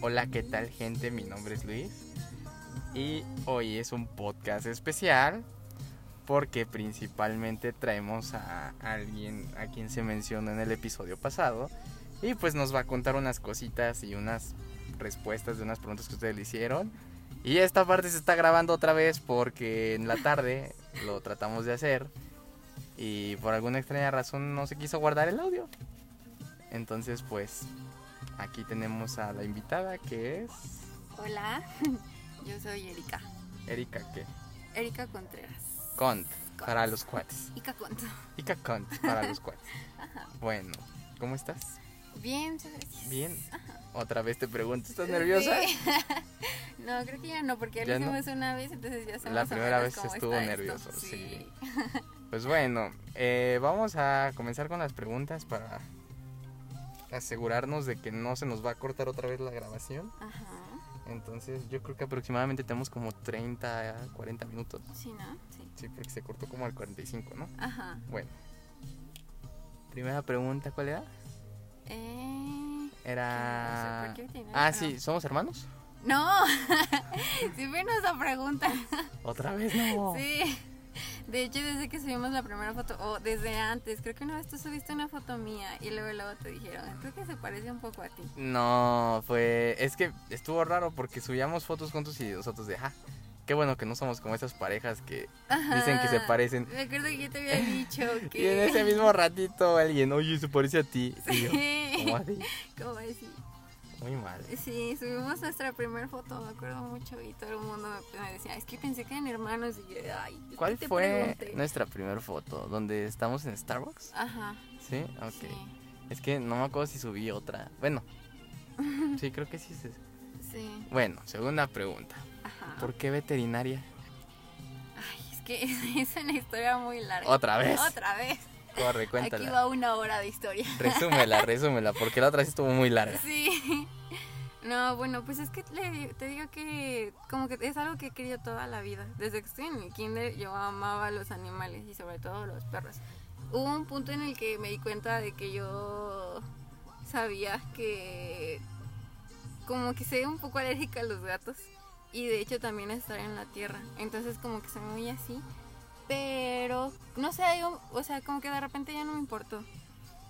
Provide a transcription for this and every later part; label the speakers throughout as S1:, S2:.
S1: Hola, ¿qué tal gente? Mi nombre es Luis y hoy es un podcast especial porque principalmente traemos a alguien a quien se mencionó en el episodio pasado y pues nos va a contar unas cositas y unas respuestas de unas preguntas que ustedes le hicieron. Y esta parte se está grabando otra vez porque en la tarde lo tratamos de hacer y por alguna extraña razón no se quiso guardar el audio. Entonces pues aquí tenemos a la invitada que es
S2: Hola, yo soy Erika.
S1: Erika que
S2: Erika Contreras.
S1: Cont para los cuates.
S2: Ica Cont.
S1: Erika Cont para los cuates. Bueno, ¿cómo estás?
S2: Bien, muchas gracias.
S1: Bien. Otra vez te pregunto, ¿estás nerviosa?
S2: Sí. no, creo que ya no, porque
S1: Ya
S2: lo
S1: no.
S2: hicimos una vez, entonces ya sabemos.
S1: La
S2: más o
S1: primera
S2: menos
S1: vez
S2: cómo
S1: estuvo
S2: está esto.
S1: nervioso, sí. Pues bueno, eh, vamos a comenzar con las preguntas para asegurarnos de que no se nos va a cortar otra vez la grabación.
S2: Ajá.
S1: Entonces yo creo que aproximadamente tenemos como 30, 40 minutos.
S2: Sí, ¿no? Sí.
S1: Sí, porque se cortó como al 45, ¿no?
S2: Ajá.
S1: Bueno. Primera pregunta, ¿cuál era?
S2: Eh.
S1: Era...
S2: No sé por qué tiene-
S1: Ah,
S2: ah.
S1: sí, ¿somos hermanos?
S2: No, siempre nos lo preguntan.
S1: Otra vez no.
S2: Sí. De hecho, desde que subimos la primera foto, o desde antes, creo que una vez tú subiste una foto mía y luego luego te dijeron, creo que se parece un poco a ti.
S1: No, fue. Es que estuvo raro porque subíamos fotos juntos y nosotros de, ah, qué bueno que no somos como esas parejas que dicen que se
S2: Ajá.
S1: parecen.
S2: Me acuerdo que yo te había dicho que.
S1: Y en ese mismo ratito alguien, oye, se parece a ti. Y yo,
S2: Sí.
S1: ¿cómo así?
S2: ¿Cómo así?
S1: Muy mal.
S2: Sí, subimos nuestra primera foto, me acuerdo mucho, y todo el mundo me, me decía, es que pensé que eran hermanos, y yo, ay, ¿por qué
S1: ¿Cuál
S2: te
S1: fue
S2: pregunté?"
S1: nuestra primera foto? ¿Donde estamos en Starbucks?
S2: Ajá.
S1: Sí, ok.
S2: Ah, Sí,
S1: Es que no me acuerdo si subí otra. Bueno, sí, creo que sí es esa.
S2: sí,
S1: Bueno, segunda pregunta.
S2: ajá.
S1: ¿Por qué veterinaria?
S2: Ay, es que es, es una historia muy larga.
S1: ¿Otra vez?
S2: Otra vez.
S1: Corre,
S2: Aquí
S1: cuéntala.
S2: va una hora de historia.
S1: Resúmela, resúmela, porque la otra sí estuvo muy larga.
S2: Sí. No, bueno, pues es que le- te digo que como que es algo que he querido toda la vida. Desde que estoy en el kinder yo amaba los animales y sobre todo los perros. Hubo un punto en el que me di cuenta de que yo sabía que como que soy un poco alérgica a los gatos y de hecho también a estar en la tierra. Entonces como que soy muy así. Pero no sé, yo- o sea, como que de repente ya no me importó.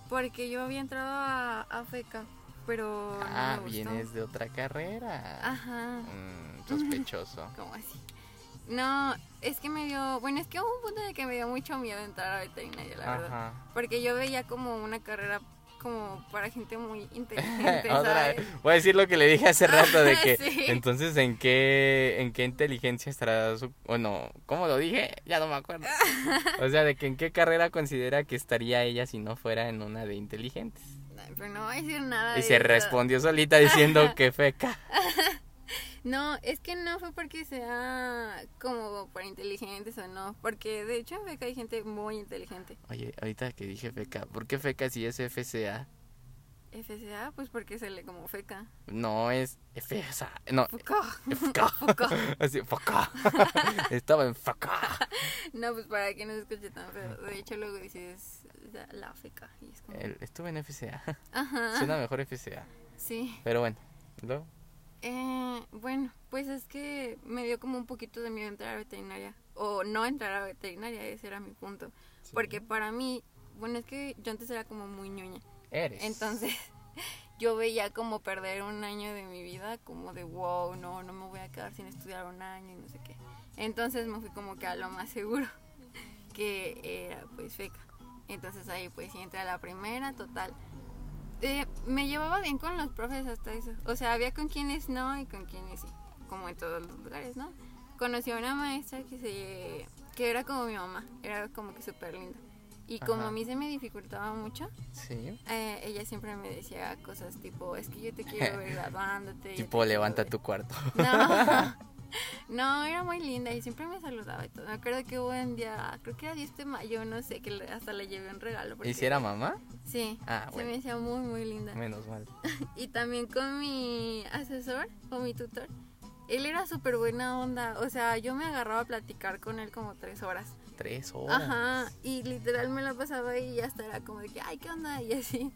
S2: Porque yo había entrado a, a FECA, pero... no
S1: Ah,
S2: me gustó. Ah.
S1: vienes de otra carrera.
S2: Ajá,
S1: Mm, sospechoso.
S2: como así. No, es que me dio... Bueno, es que hubo un punto en el que me dio mucho miedo entrar a veterinaria, la verdad.
S1: Ajá.
S2: Porque yo veía como una carrera como para gente muy inteligente,
S1: Otra
S2: ¿sabes?
S1: vez. Voy a decir lo que le dije hace rato de que
S2: Sí.
S1: entonces en qué en qué inteligencia estará su o no, ¿cómo lo dije? Ya no me acuerdo. O sea, de que en qué carrera considera que estaría ella si no fuera en una de inteligentes.
S2: Ay, Pero no voy a decir nada
S1: Y
S2: de
S1: se
S2: eso.
S1: respondió solita diciendo que E feca.
S2: No, es que no fue porque sea como para inteligentes o no. Porque de hecho en FECA hay gente muy inteligente.
S1: Oye, ahorita que dije feca, ¿por qué feca si es FCA?
S2: FCA, pues porque se le como feca.
S1: No es FSA. No,
S2: Fuco.
S1: FCA. Así, FCA. Estaba en FCA.
S2: No, pues para que no se escuche tan feo. De hecho, luego dices la- la feca. Y es como.
S1: El- estuve en FCA.
S2: Ajá.
S1: Suena mejor FCA.
S2: Sí.
S1: Pero bueno, luego.
S2: Eh, bueno, pues es que me dio como un poquito de miedo entrar a veterinaria. O no entrar a veterinaria, ese era mi punto.
S1: Sí.
S2: Porque para mí, bueno, es que yo antes era como muy ñoña.
S1: Eres.
S2: Entonces, yo veía como perder un año de mi vida, como de wow, no, no me voy a quedar sin estudiar un año y no sé qué. Entonces me fui como que a lo más seguro, que era pues feca. Entonces ahí pues sí entré a la primera, total. Eh, me llevaba bien con los profes hasta eso. O sea, había con quienes no y con quienes sí, como en todos los lugares, ¿no? Conocí a una maestra que se que era como mi mamá, era como que súper linda. Y como
S1: Ajá.
S2: a mí se me dificultaba mucho,
S1: Sí.
S2: eh, ella siempre me decía cosas tipo, es que yo te quiero ver graduándote. yo te
S1: Tipo,
S2: quiero
S1: levanta
S2: ver".
S1: tu cuarto.
S2: No, no, era muy linda y siempre me saludaba y todo. Me acuerdo que hubo un día, creo que era 10 de mayo, no sé, que le- hasta le llevé un regalo. porque-
S1: ¿Y si era mamá?
S2: Sí,
S1: Ah,
S2: se me
S1: bueno.
S2: decía muy, muy linda.
S1: Menos mal.
S2: Y también con mi asesor, con mi tutor. Él era súper buena onda, o sea, yo me agarraba a platicar con él como tres horas.
S1: Tres horas.
S2: Ajá, y literal me la pasaba y ya hasta era como de que, ay, ¿qué onda? Y así.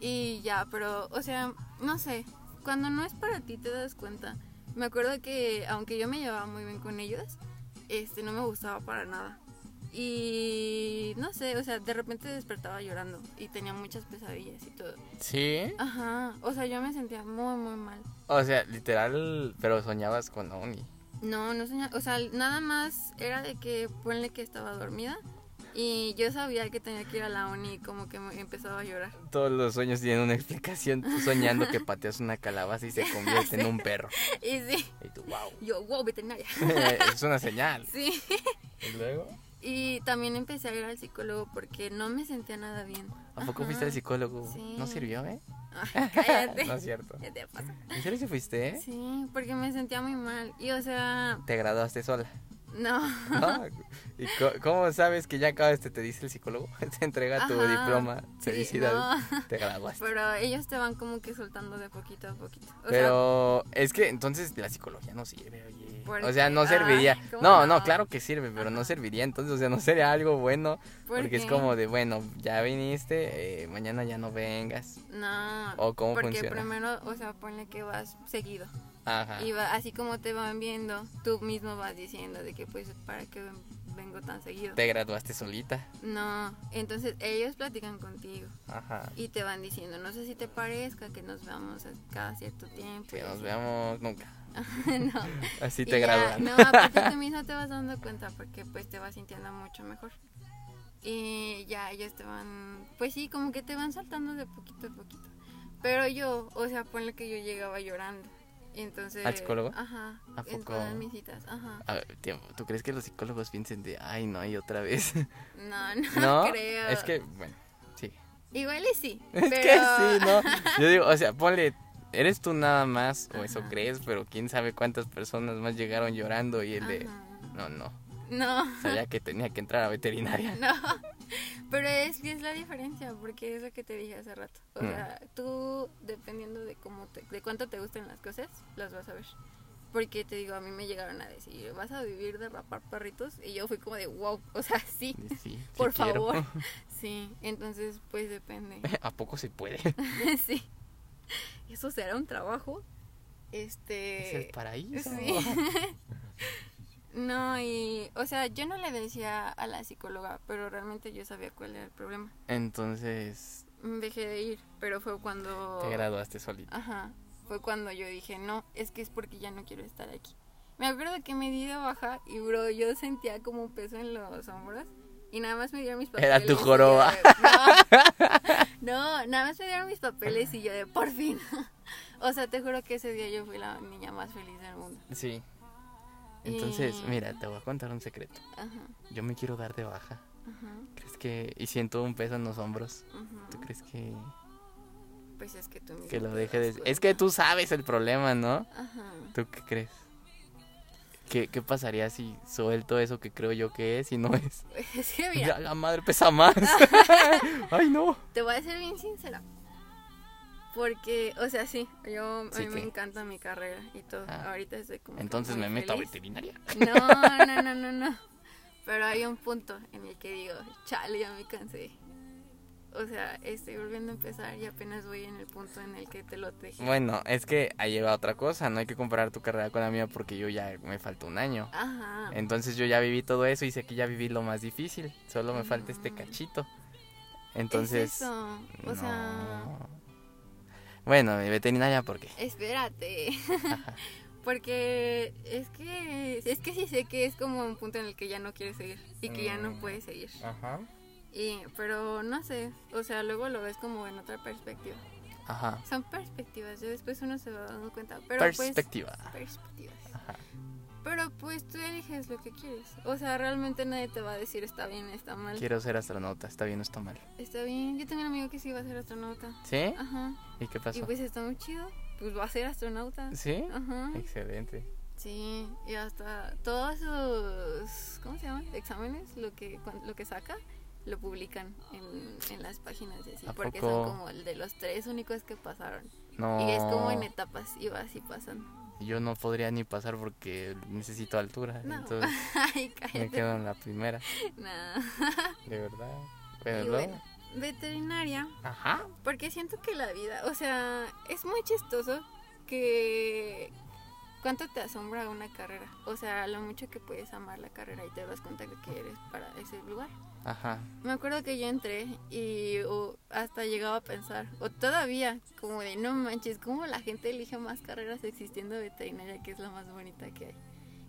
S2: Y ya, pero, o sea, no sé. cuando no es para ti te das cuenta. Me acuerdo que aunque yo me llevaba muy bien con ellos, este no me gustaba para nada. Y no sé, o sea, de repente despertaba llorando y tenía muchas pesadillas y todo.
S1: Sí.
S2: Ajá, o sea, yo me sentía muy, muy mal.
S1: O sea, literal, pero soñabas con Oni.
S2: No, no soñaba, o sea, nada más era de que ponle que estaba dormida y yo sabía que tenía que ir a la uni y como que me empezaba a llorar.
S1: Todos los sueños tienen una explicación. Tú soñando que pateas una calabaza y se convierte en un perro.
S2: Y sí,
S1: Y tú, wow.
S2: yo, wow, veterinaria.
S1: es una señal.
S2: Sí.
S1: ¿Y luego?
S2: Y también empecé a ir al psicólogo porque no me sentía nada bien.
S1: ¿A poco
S2: Ajá.
S1: fuiste al psicólogo?
S2: Sí.
S1: No sirvió, ¿eh?
S2: Ay, cállate.
S1: no es cierto.
S2: ¿Qué te pasa?
S1: ¿En serio sí fuiste, eh?
S2: Sí, porque me sentía muy mal. Y o sea,
S1: Te graduaste sola.
S2: no.
S1: ¿no? ¿Y co- cómo sabes que ya acabaste? Te dice el psicólogo. Te entrega tu
S2: Ajá.
S1: diploma.
S2: Sí,
S1: Felicidades.
S2: no.
S1: Te graduaste.
S2: Pero ellos te van como que soltando de poquito a poquito. O
S1: Pero es que entonces la psicología no sirve, oye.
S2: ¿Por
S1: O sea, no
S2: qué?
S1: serviría.
S2: Ay, ¿cómo
S1: no, no,
S2: no?
S1: claro que sirve, pero no
S2: Ajá.
S1: serviría entonces, o sea, no sería algo bueno.
S2: sea, ¿por
S1: Porque es
S2: qué?
S1: como de, bueno, ya viniste, eh, mañana ya no vengas.
S2: No.
S1: ¿O cómo
S2: porque
S1: funciona? Ah.
S2: primero, o sea, ponle que vas seguido.
S1: Ajá.
S2: Y va- así como te van viendo, tú mismo vas diciendo de que pues, ¿para qué ven- vengo tan seguido?
S1: Te graduaste solita.
S2: No. Entonces ellos platican contigo.
S1: Ajá.
S2: Y te van diciendo, no sé si te parezca que nos veamos a cada cierto tiempo.
S1: Que nos veamos nunca.
S2: no.
S1: Así
S2: Y
S1: te
S2: ya,
S1: gradúan.
S2: No, aparte tú mismo te vas dando cuenta porque pues te vas sintiendo mucho mejor. Y ya ellos te van, pues sí, como que te van saltando de poquito a poquito. Pero yo, o sea, ponle que yo llegaba llorando. Entonces,
S1: ¿Al psicólogo?
S2: Ajá.
S1: ¿A
S2: en
S1: poco?
S2: todas mis citas, ajá.
S1: A ver, tiempo, ¿Tú crees que los psicólogos piensen de, ay, no, y otra vez?
S2: No, no,
S1: No,
S2: creo.
S1: es que, bueno, sí.
S2: Igual y sí.
S1: Es que
S2: pero-
S1: sí, ¿no? Yo digo, o sea, ponle, eres tú nada más, o eso
S2: Ajá.
S1: crees, pero quién sabe cuántas personas más llegaron llorando y el de,
S2: Ajá.
S1: no, no,
S2: No.
S1: sabía que tenía que entrar a veterinaria.
S2: No, pero es que es la diferencia, porque es lo que te dije hace rato. O
S1: Mm.
S2: sea, tú, dependiendo de cómo te- de cuánto te gusten las cosas, las vas a ver. Porque te digo, a mí me llegaron a decir, vas a vivir de rapar perritos, y yo fui como de, wow, o sea, sí,
S1: Y Sí, sí
S2: por
S1: quiero.
S2: favor. Sí, entonces, pues depende.
S1: ¿A poco se puede?
S2: sí, eso será un trabajo.
S1: ¿Es
S2: Este.
S1: el paraíso?
S2: sí. No, y, o sea, yo no le decía a la psicóloga, pero realmente yo sabía cuál era el problema.
S1: Entonces,
S2: dejé de ir, pero fue cuando...
S1: te graduaste solita.
S2: Ajá, fue cuando yo dije, no, es que es porque ya no quiero estar aquí. Me acuerdo que me di de baja y, bro, yo sentía como un peso en los hombros y nada más me dieron mis papeles.
S1: Era tu
S2: y yo
S1: joroba.
S2: de, No, no, nada más me dieron mis papeles y yo de, por fin. O sea, te juro que ese día yo fui la niña más feliz del mundo.
S1: Sí. Entonces,
S2: Y-
S1: mira, te voy a contar un secreto.
S2: Ajá,
S1: Yo me quiero dar de baja.
S2: ajá,
S1: ¿Crees que.? Y siento un peso en los hombros.
S2: ajá.
S1: ¿Tú crees que.?
S2: Pues es que tú mismo
S1: Que lo
S2: te
S1: deje
S2: das
S1: de... Es
S2: cuenta.
S1: que tú sabes el problema, ¿no?
S2: Ajá.
S1: ¿Tú qué crees? ¿Qué, qué pasaría si suelto eso que creo yo que es y no es?
S2: Es que mira,
S1: Ya, la madre pesa más. Ay, no.
S2: Te voy a ser bien sincera. Porque, o sea, sí, yo a
S1: Sí,
S2: mí me
S1: ¿qué?
S2: encanca mi carrera y todo.
S1: Ah.
S2: Ahorita estoy como que
S1: Entonces
S2: muy
S1: me meto a
S2: feliz.
S1: veterinaria.
S2: No, no, no, no, no. Pero hay un punto en el que digo, chale, ya me cansé. O sea, estoy volviendo a empezar y apenas voy en el punto en el que te lo dejé.
S1: Bueno, es que ahí va otra cosa. No hay que comparar tu carrera con la mía porque yo ya me faltó un año.
S2: Ajá.
S1: Entonces yo ya viví todo eso y sé que ya viví lo más difícil. Solo me falta este
S2: Mm.
S1: cachito. Entonces...
S2: Es eso. O sea,
S1: no. Bueno, de veterinaria porque...
S2: espérate. Porque es que, es que sí sé que es como un punto en el que ya no quieres seguir y que ya no
S1: Mm.
S2: puedes seguir.
S1: Ajá.
S2: Y, pero no sé, o sea, luego lo ves como en otra perspectiva.
S1: Ajá.
S2: Son perspectivas, ya después uno se va dando cuenta. Pero
S1: Perspectiva.
S2: pues, perspectivas.
S1: Ajá.
S2: Pero pues tú eliges lo que quieres. O sea, realmente nadie te va a decir está bien, está mal.
S1: Quiero ser astronauta, está bien, no está mal.
S2: Está bien, yo tengo un amigo que sí va a ser astronauta.
S1: ¿Sí?
S2: Ajá.
S1: ¿Y ¿Eh? qué
S2: Y
S1: pasó?
S2: pues está muy chido, pues va a ser astronauta.
S1: ¿Sí?
S2: Ajá.
S1: Excelente.
S2: Sí, y hasta todos sus, ¿cómo se llaman? Exámenes, lo que, cuan- lo que saca, lo publican en, en las páginas y así,
S1: ¿A
S2: porque
S1: poco?
S2: son como el de los tres únicos que pasaron.
S1: No.
S2: Y es como
S1: Ah.
S2: en etapas, y vas y pasando.
S1: Yo no podría ni pasar porque necesito altura.
S2: No,
S1: Entonces
S2: ay,
S1: me
S2: cállate.
S1: quedo en la primera.
S2: Nah.
S1: De verdad.
S2: Y
S1: Pero
S2: bueno, veterinaria,
S1: Ajá.
S2: porque siento que la vida, o sea, es muy chistoso que ¿Cuánto te asombra una carrera? O sea, lo mucho que puedes amar la carrera y te das cuenta que eres para ese lugar.
S1: Ajá.
S2: Me acuerdo que yo entré y o, hasta llegaba a pensar, o todavía, como de no manches, ¿cómo la gente elige más carreras existiendo veterinaria que es la más bonita que hay?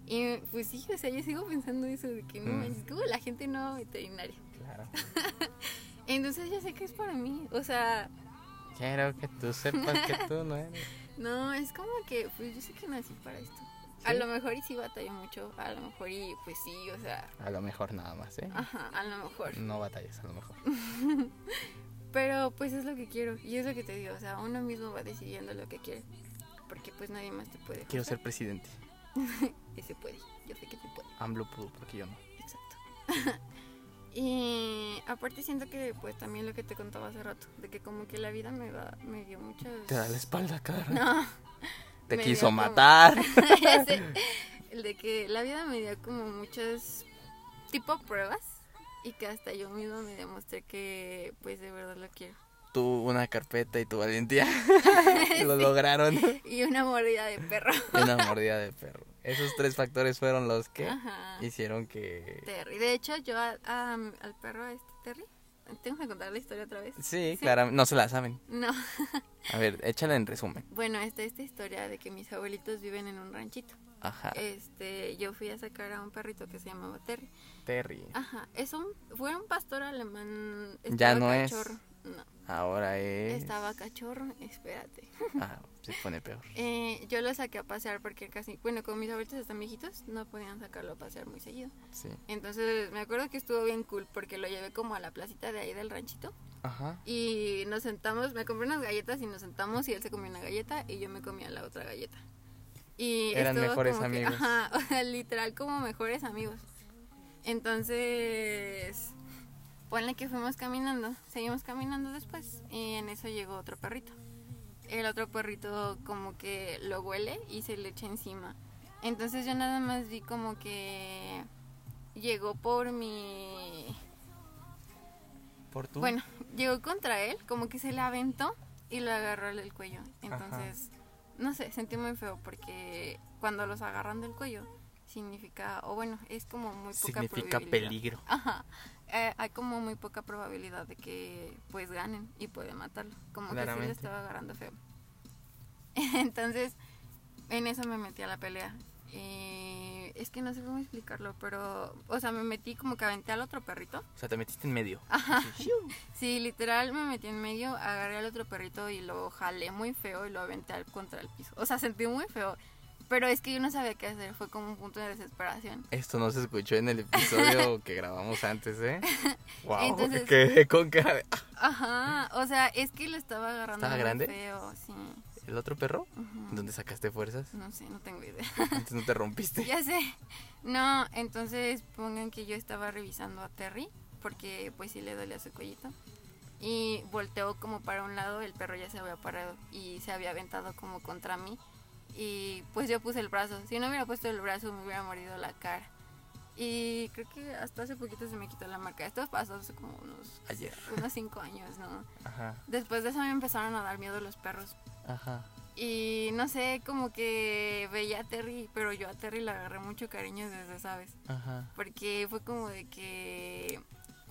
S2: Y pues sí, o sea, yo sigo pensando eso, de que no
S1: Mm.
S2: manches, ¿cómo la gente no va a veterinaria?
S1: Claro.
S2: Entonces ya sé que es para mí, o sea,
S1: Quiero que tú sepas que tú no eres.
S2: No, es como que, pues yo sé que nací para esto. A
S1: ¿Sí?
S2: lo mejor y sí batallé mucho, a lo mejor y pues sí, o sea,
S1: A lo mejor nada más, ¿eh?
S2: ajá, a lo mejor.
S1: No batallas, a lo mejor.
S2: Pero pues es lo que quiero y es lo que te digo, o sea, uno mismo va decidiendo lo que quiere. Porque pues nadie más te puede.
S1: Quiero ser presidente.
S2: Y se puede, yo sé que se puede,
S1: AMLO pudo, porque yo no.
S2: exacto. y aparte siento que pues también lo que te contaba hace rato, de que como que la vida me va, me dio muchos...
S1: Te da la espalda, cara.
S2: No.
S1: Te
S2: me
S1: quiso
S2: dio como-
S1: matar.
S2: Ya sé. El de que la vida me dio como muchas tipo pruebas y que hasta yo mismo me demostré que pues de verdad lo quiero.
S1: Tú, una carpeta y tu valentía. Lo lograron.
S2: Y una mordida de perro.
S1: Una mordida de perro. Esos tres factores fueron los que
S2: Ajá.
S1: hicieron que.
S2: Terry. De hecho, yo a- a- al perro este Terry, tengo que contar la historia otra vez.
S1: Sí, claro, no se la saben.
S2: No.
S1: A ver, échala en resumen.
S2: Bueno, está esta historia de que mis abuelitos viven en un ranchito.
S1: Ajá.
S2: Este, yo fui a sacar a un perrito que se llamaba Terry.
S1: Terry.
S2: Ajá, es un fue un pastor alemán.
S1: Ya no
S2: estaba
S1: es.
S2: cachorro. No,
S1: Ahora es.
S2: estaba cachorro, espérate.
S1: Ah, se pone peor.
S2: Eh, yo lo saqué a pasear porque casi, bueno, como mis abuelitos están viejitos, no podían sacarlo a pasear muy seguido.
S1: Sí.
S2: Entonces me acuerdo que estuvo bien cool porque lo llevé como a la placita de ahí del ranchito
S1: Ajá.
S2: y nos sentamos, me compré unas galletas y nos sentamos y él se comió una galleta y yo me comía la otra galleta. Y
S1: Eran
S2: estuvo
S1: mejores
S2: como que-
S1: amigos.
S2: ajá, o sea, literal como mejores amigos. Entonces, ponle que fuimos caminando, seguimos caminando después y en eso llegó otro perrito. El otro perrito como que lo huele y se le echa encima. Entonces yo nada más vi como que llegó por mi
S1: ¿Por tú?
S2: bueno, llegó contra él, como que se le aventó y lo agarró del cuello. Entonces, no sé, sentí muy feo porque cuando los agarran del cuello significa, o bueno, es como muy poca
S1: Significa
S2: probabilidad.
S1: peligro.
S2: Ajá. Eh, hay como muy poca probabilidad de que pues ganen y puede matarlo. Como que sí
S1: Claramente.
S2: lo estaba agarrando feo. Entonces, en eso me metí a la pelea. Eh, es que no sé cómo explicarlo, pero, o sea, me metí como que aventé al otro perrito.
S1: O sea, te metiste en medio.
S2: Sí, literal me metí en medio, agarré al otro perrito y lo jalé muy feo y lo aventé al- contra el piso. O sea, sentí muy feo. Pero es que yo no sabía qué hacer, fue como un punto de desesperación.
S1: Esto no se escuchó en el episodio que grabamos antes, ¿eh? Wow,
S2: Entonces-
S1: quedé con cara de- ¡Ah!
S2: Ajá, o sea, es que lo estaba agarrando
S1: ¿Estaba
S2: muy
S1: grande?
S2: feo, sí.
S1: ¿El otro perro?
S2: Ujú.
S1: ¿Dónde sacaste fuerzas?
S2: No sé, no tengo idea.
S1: Antes no te rompiste.
S2: ya sé. No, entonces pongan que yo estaba revisando a Terry, porque pues sí le dolía su cuellito. Y volteó como para un lado, el perro ya se había parado y se había aventado como contra mí. Y pues yo puse el brazo. Si no hubiera puesto el brazo, me hubiera morido la cara. Y creo que hasta hace poquito se me quitó la marca. Esto pasó hace como unos,
S1: Ayer.
S2: unos cinco años, ¿no?
S1: Ajá,
S2: Después de eso me empezaron a dar miedo los perros.
S1: ajá.
S2: Y no sé, como que veía a Terry, pero yo a Terry le agarré mucho cariño desde, ¿sabes?
S1: Ajá,
S2: Porque fue como de que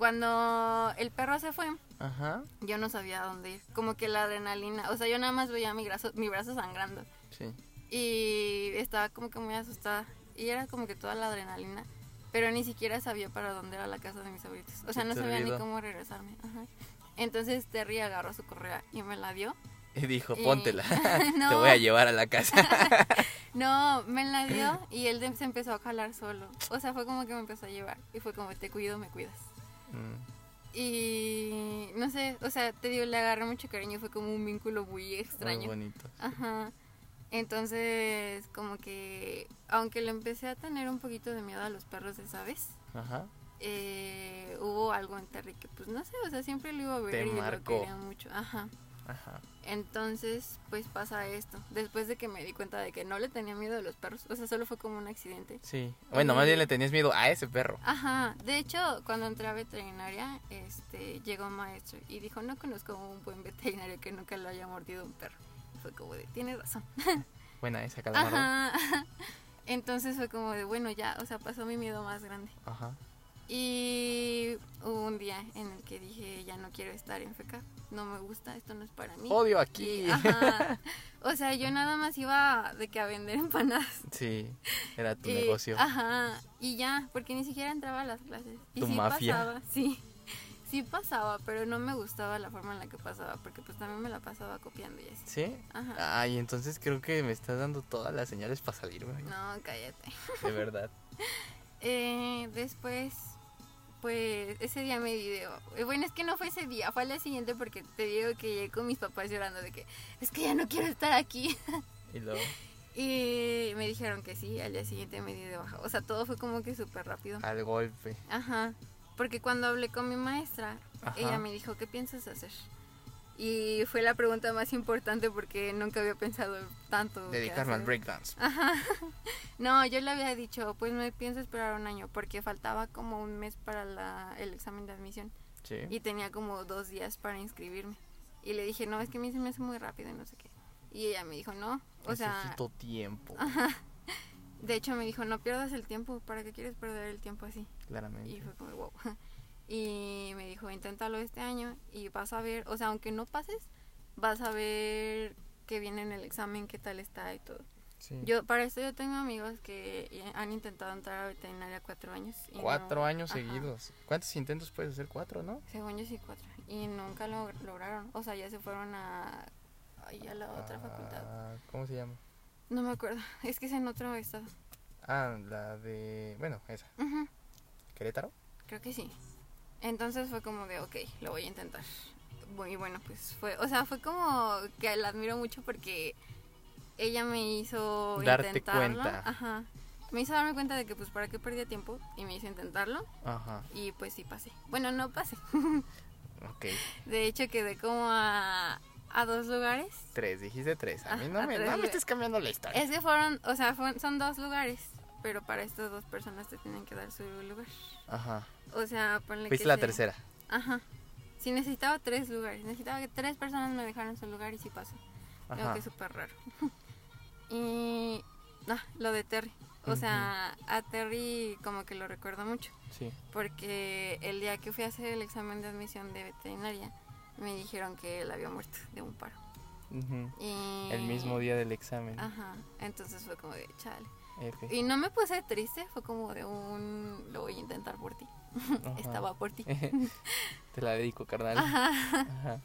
S2: cuando el perro se fue,
S1: ajá.
S2: yo no sabía a dónde ir. Como que la adrenalina, o sea, yo nada más veía mi brazo, mi brazo sangrando.
S1: Sí.
S2: Y estaba como que muy asustada. Y era como que toda la adrenalina. Pero ni siquiera sabía para dónde era la casa de mis abuelitos. O sea,
S1: Se
S2: no
S1: te
S2: sabía ni
S1: olvidó.
S2: cómo regresarme. Ajá. Entonces Terry agarró su correa y me la dio.
S1: Y dijo,
S2: Y-
S1: póntela. Te
S2: No.
S1: voy a llevar a la casa.
S2: No, me la dio y él de- se empezó a jalar solo. O sea, fue como que me empezó a llevar. Y fue como, te cuido, me cuidas.
S1: Mm,
S2: Y no sé, o sea, te digo, le agarré mucho cariño. Fue como un vínculo muy
S1: Muy
S2: extraño.
S1: bonito.
S2: Ajá. Entonces, como que, aunque le empecé a tener un poquito de miedo a los perros de esa vez,
S1: Ajá.
S2: eh, hubo algo en Terry que, pues no sé, o sea, siempre lo iba a ver
S1: Te
S2: y yo lo
S1: marcó.
S2: quería mucho. Ajá.
S1: Ajá.
S2: Entonces, pues pasa esto. Después de que me di cuenta de que no le tenía miedo a los perros, o sea, solo fue como un accidente.
S1: Sí. Bueno, más bien le tenías miedo a ese perro.
S2: Ajá, de hecho, cuando entré a veterinaria, este, llegó un maestro y dijo, no conozco un buen veterinario que nunca lo haya mordido un perro. fue como de, tienes razón.
S1: Buena esa calamardo. Ajá.
S2: Ajá. Entonces fue como de, bueno, ya, o sea, pasó mi miedo más grande. Y hubo un día en el que dije, ya no quiero estar en FECA, no me gusta, esto no es para mí.
S1: Odio
S2: Y,
S1: aquí.
S2: ajá. O sea, yo nada más iba de que a vender empanadas.
S1: Sí, era tu
S2: Y- ah.
S1: negocio.
S2: Ajá, y ya, porque ni siquiera entraba a las clases. Y
S1: Tu
S2: sí
S1: mafia.
S2: pasaba, sí. Sí pasaba, pero no me gustaba la forma en la que pasaba, porque pues también me la pasaba copiando y así.
S1: ¿Sí?
S2: Ajá.
S1: Ay, entonces creo que me estás dando todas las señales para salirme.
S2: No, cállate.
S1: De verdad.
S2: Eh, después, pues ese día me video. eh, Bueno, es que no fue ese día, fue al día siguiente porque te digo que llegué con mis papás llorando de que es que ya no quiero estar aquí.
S1: Y luego.
S2: Y me dijeron que sí, al día siguiente me di de baja. O sea, todo fue como que súper rápido.
S1: Al golpe.
S2: Ajá. Porque cuando hablé con mi maestra,
S1: Ajá.
S2: ella me dijo, ¿qué piensas hacer? Y fue la pregunta más importante porque nunca había pensado tanto. qué
S1: Dedicarme al
S2: hacer.
S1: breakdance.
S2: Ah. No, yo le había dicho, pues me pienso esperar un año porque faltaba como un mes para la- el examen de admisión
S1: Sí.
S2: y tenía como dos días para inscribirme. Y le dije, no, es que a mí se me hace muy rápido y no sé qué. Y ella me dijo, no, o sea,
S1: Necesito tiempo.
S2: de hecho me dijo, no pierdas el tiempo, ¿para qué quieres perder el tiempo así? Y
S1: Claramente.
S2: fue como, wow. Y me dijo, inténtalo este año y vas a ver, o sea, aunque no pases, vas a ver que viene en el examen, qué tal está y todo.
S1: Sí.
S2: Yo, para esto yo tengo amigos que han intentado entrar a veterinaria cuatro años. y no-
S1: Cuatro años
S2: ajá.
S1: seguidos. ¿Cuántos intentos puedes hacer? Cuatro, ¿no?
S2: Según yo sí cuatro. Y nunca lo lograron. O sea, ya se fueron a, ay, a la otra facultad.
S1: Ah, ¿Cómo se llama?
S2: No me acuerdo. Es que es en otro estado.
S1: Ah, la de. Bueno, esa.
S2: Ujú.
S1: ¿Querétaro?
S2: Creo que sí. Entonces fue como de, ok, lo voy a intentar. Bu- Y bueno, pues fue, o sea, fue como que la admiro mucho porque ella me hizo
S1: Darte
S2: intentarlo.
S1: cuenta.
S2: Ajá. Me hizo darme cuenta de que pues para qué perdía tiempo y me hizo intentarlo
S1: Ajá.
S2: y pues sí pasé. Bueno, no pasé.
S1: Ok.
S2: De hecho quedé como a, a dos lugares.
S1: Tres, dijiste tres. A mí
S2: Ah,
S1: no,
S2: a
S1: me,
S2: tres
S1: no me
S2: lugares.
S1: estés cambiando la historia.
S2: Es que fueron, o sea, fueron- son dos lugares, pero para estas dos personas te tienen que dar su lugar.
S1: Ajá.
S2: O sea, ponle
S1: Fuiste
S2: que
S1: la
S2: sea-
S1: tercera.
S2: Ajá. Sí, necesitaba tres lugares. Necesitaba que tres personas me dejaran su lugar y sí pasó. Creo
S1: Ajá.
S2: que es súper raro. y. Ah, lo de Terry. O sea, a Terry como que lo recuerdo mucho.
S1: Sí.
S2: Porque el día que fui a hacer el examen de admisión de veterinaria, me dijeron que él había muerto de un paro.
S1: Ujú.
S2: Y...
S1: El mismo
S2: Eh,
S1: día del examen.
S2: Ajá. Entonces fue como de chale.
S1: F.
S2: ah, Y no me puse triste, fue como de un. Lo voy a intentar por ti.
S1: Ajá.
S2: Estaba por ti.
S1: Te la dedico, carnal. Ajá.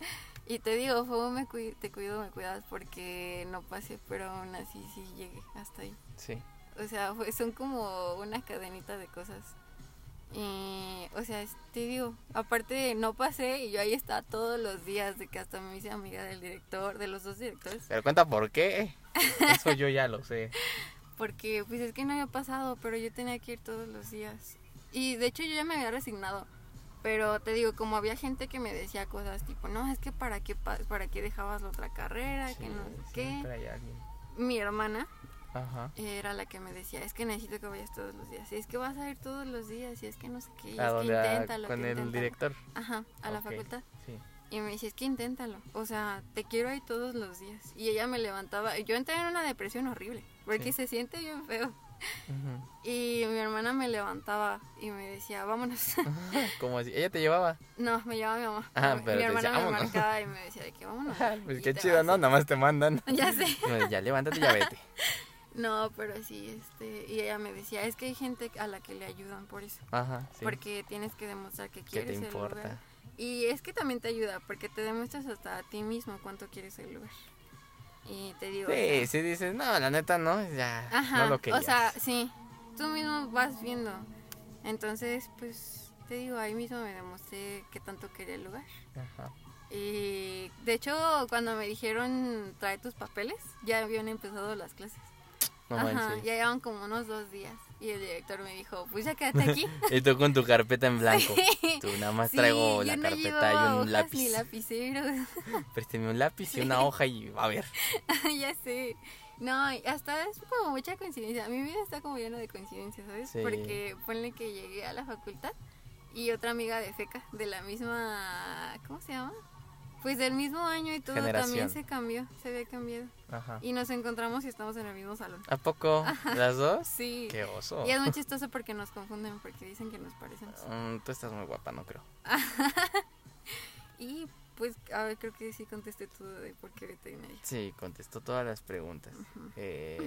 S2: Y te digo, fue un me cui- te cuido, me cuidas porque no pasé, pero aún así sí llegué hasta ahí.
S1: Sí.
S2: O sea, fue- son como una cadenita de cosas. Y, o sea, es- te digo, aparte no pasé y yo ahí estaba todos los días, de que hasta me hice amiga del director, de los dos directores,
S1: Pero cuenta por qué. Eso yo ya lo sé.
S2: porque pues es que no había pasado, pero yo tenía que ir todos los días. Y de hecho yo ya me había resignado, pero te digo, como había gente que me decía cosas tipo, no, es que para qué, pa- para qué dejabas la otra carrera, que no sé
S1: Sí,
S2: qué.
S1: siempre hay alguien.
S2: mi hermana
S1: Ajá.
S2: era la que me decía, es que necesito que vayas todos los días, y es que vas a ir todos los días, y es que no sé qué, y
S1: ¿A
S2: es que
S1: dónde? ¿A-
S2: inténtalo.
S1: con
S2: que
S1: el
S2: inténtalo".
S1: director.
S2: Ajá, a la
S1: Ok.
S2: facultad.
S1: Sí.
S2: Y me decía, es que inténtalo, o sea, te quiero ahí todos los días. Y ella me levantaba, yo entré en una depresión horrible, porque
S1: Sí.
S2: se siente bien feo.
S1: Ujú.
S2: Y mi hermana me levantaba y me decía, vámonos.
S1: Como así, ella te llevaba.
S2: no, me llamaba mi mamá.
S1: Ah,
S2: mi
S1: pero te
S2: hermana
S1: decía,
S2: me
S1: "Vámonos".
S2: marcaba y me decía, de que vámonos.
S1: pues
S2: y
S1: qué
S2: te
S1: chido,
S2: vas".
S1: ¿no? Nada más te mandan.
S2: Ya sé.
S1: No, ya levántate y ya vete.
S2: No, pero sí, este, y ella me decía, es que hay gente a la que le ayudan por eso,
S1: Ajá, sí.
S2: porque tienes que demostrar que
S1: ¿Qué
S2: quieres
S1: te
S2: el
S1: importa?
S2: lugar. Y es que también te ayuda, porque te demuestras hasta a ti mismo cuánto quieres el lugar. Y te digo, o sea,
S1: Sí, sí dices, no, la neta no, ya
S2: ajá,
S1: no lo querías.
S2: o sea, sí, tú mismo vas viendo. Entonces, pues, te digo, ahí mismo me demostré que tanto quería el lugar.
S1: Ajá.
S2: Y de hecho, cuando me dijeron trae tus papeles, ya habían empezado las clases.
S1: No
S2: Ajá,
S1: manches.
S2: ya llevan como unos dos días. Y el director me dijo, pues ya quédate aquí.
S1: Y tú con tu carpeta en blanco. Tú nada más
S2: Sí,
S1: Ah, traigo
S2: yo
S1: la
S2: no
S1: carpeta
S2: llevaba
S1: y
S2: hojas
S1: un
S2: Ni
S1: lápiz.
S2: lapiceros,
S1: Présteme un lápiz y una hoja y a ver.
S2: ya sé. No, y hasta es como mucha coincidencia. Mi vida está como llena de coincidencias, ¿sabes?
S1: Sí.
S2: Porque ponle que llegué a la facultad y otra amiga de FECA, de la misma. ¿Cómo se llama? Pues del mismo año y todo
S1: Generación. Ah.
S2: también se cambió, se había cambiado.
S1: Ajá.
S2: Y nos encontramos y estamos en el mismo salón.
S1: ¿A poco? ¿Las dos?
S2: Sí.
S1: Qué oso.
S2: Y es muy chistoso porque nos confunden, porque dicen que nos parecemos.
S1: Mm, tú estás muy guapa, no creo.
S2: Y pues, a ver, creo que sí contesté todo de por qué veterinaria.
S1: Sí, contestó todas las preguntas. Eh,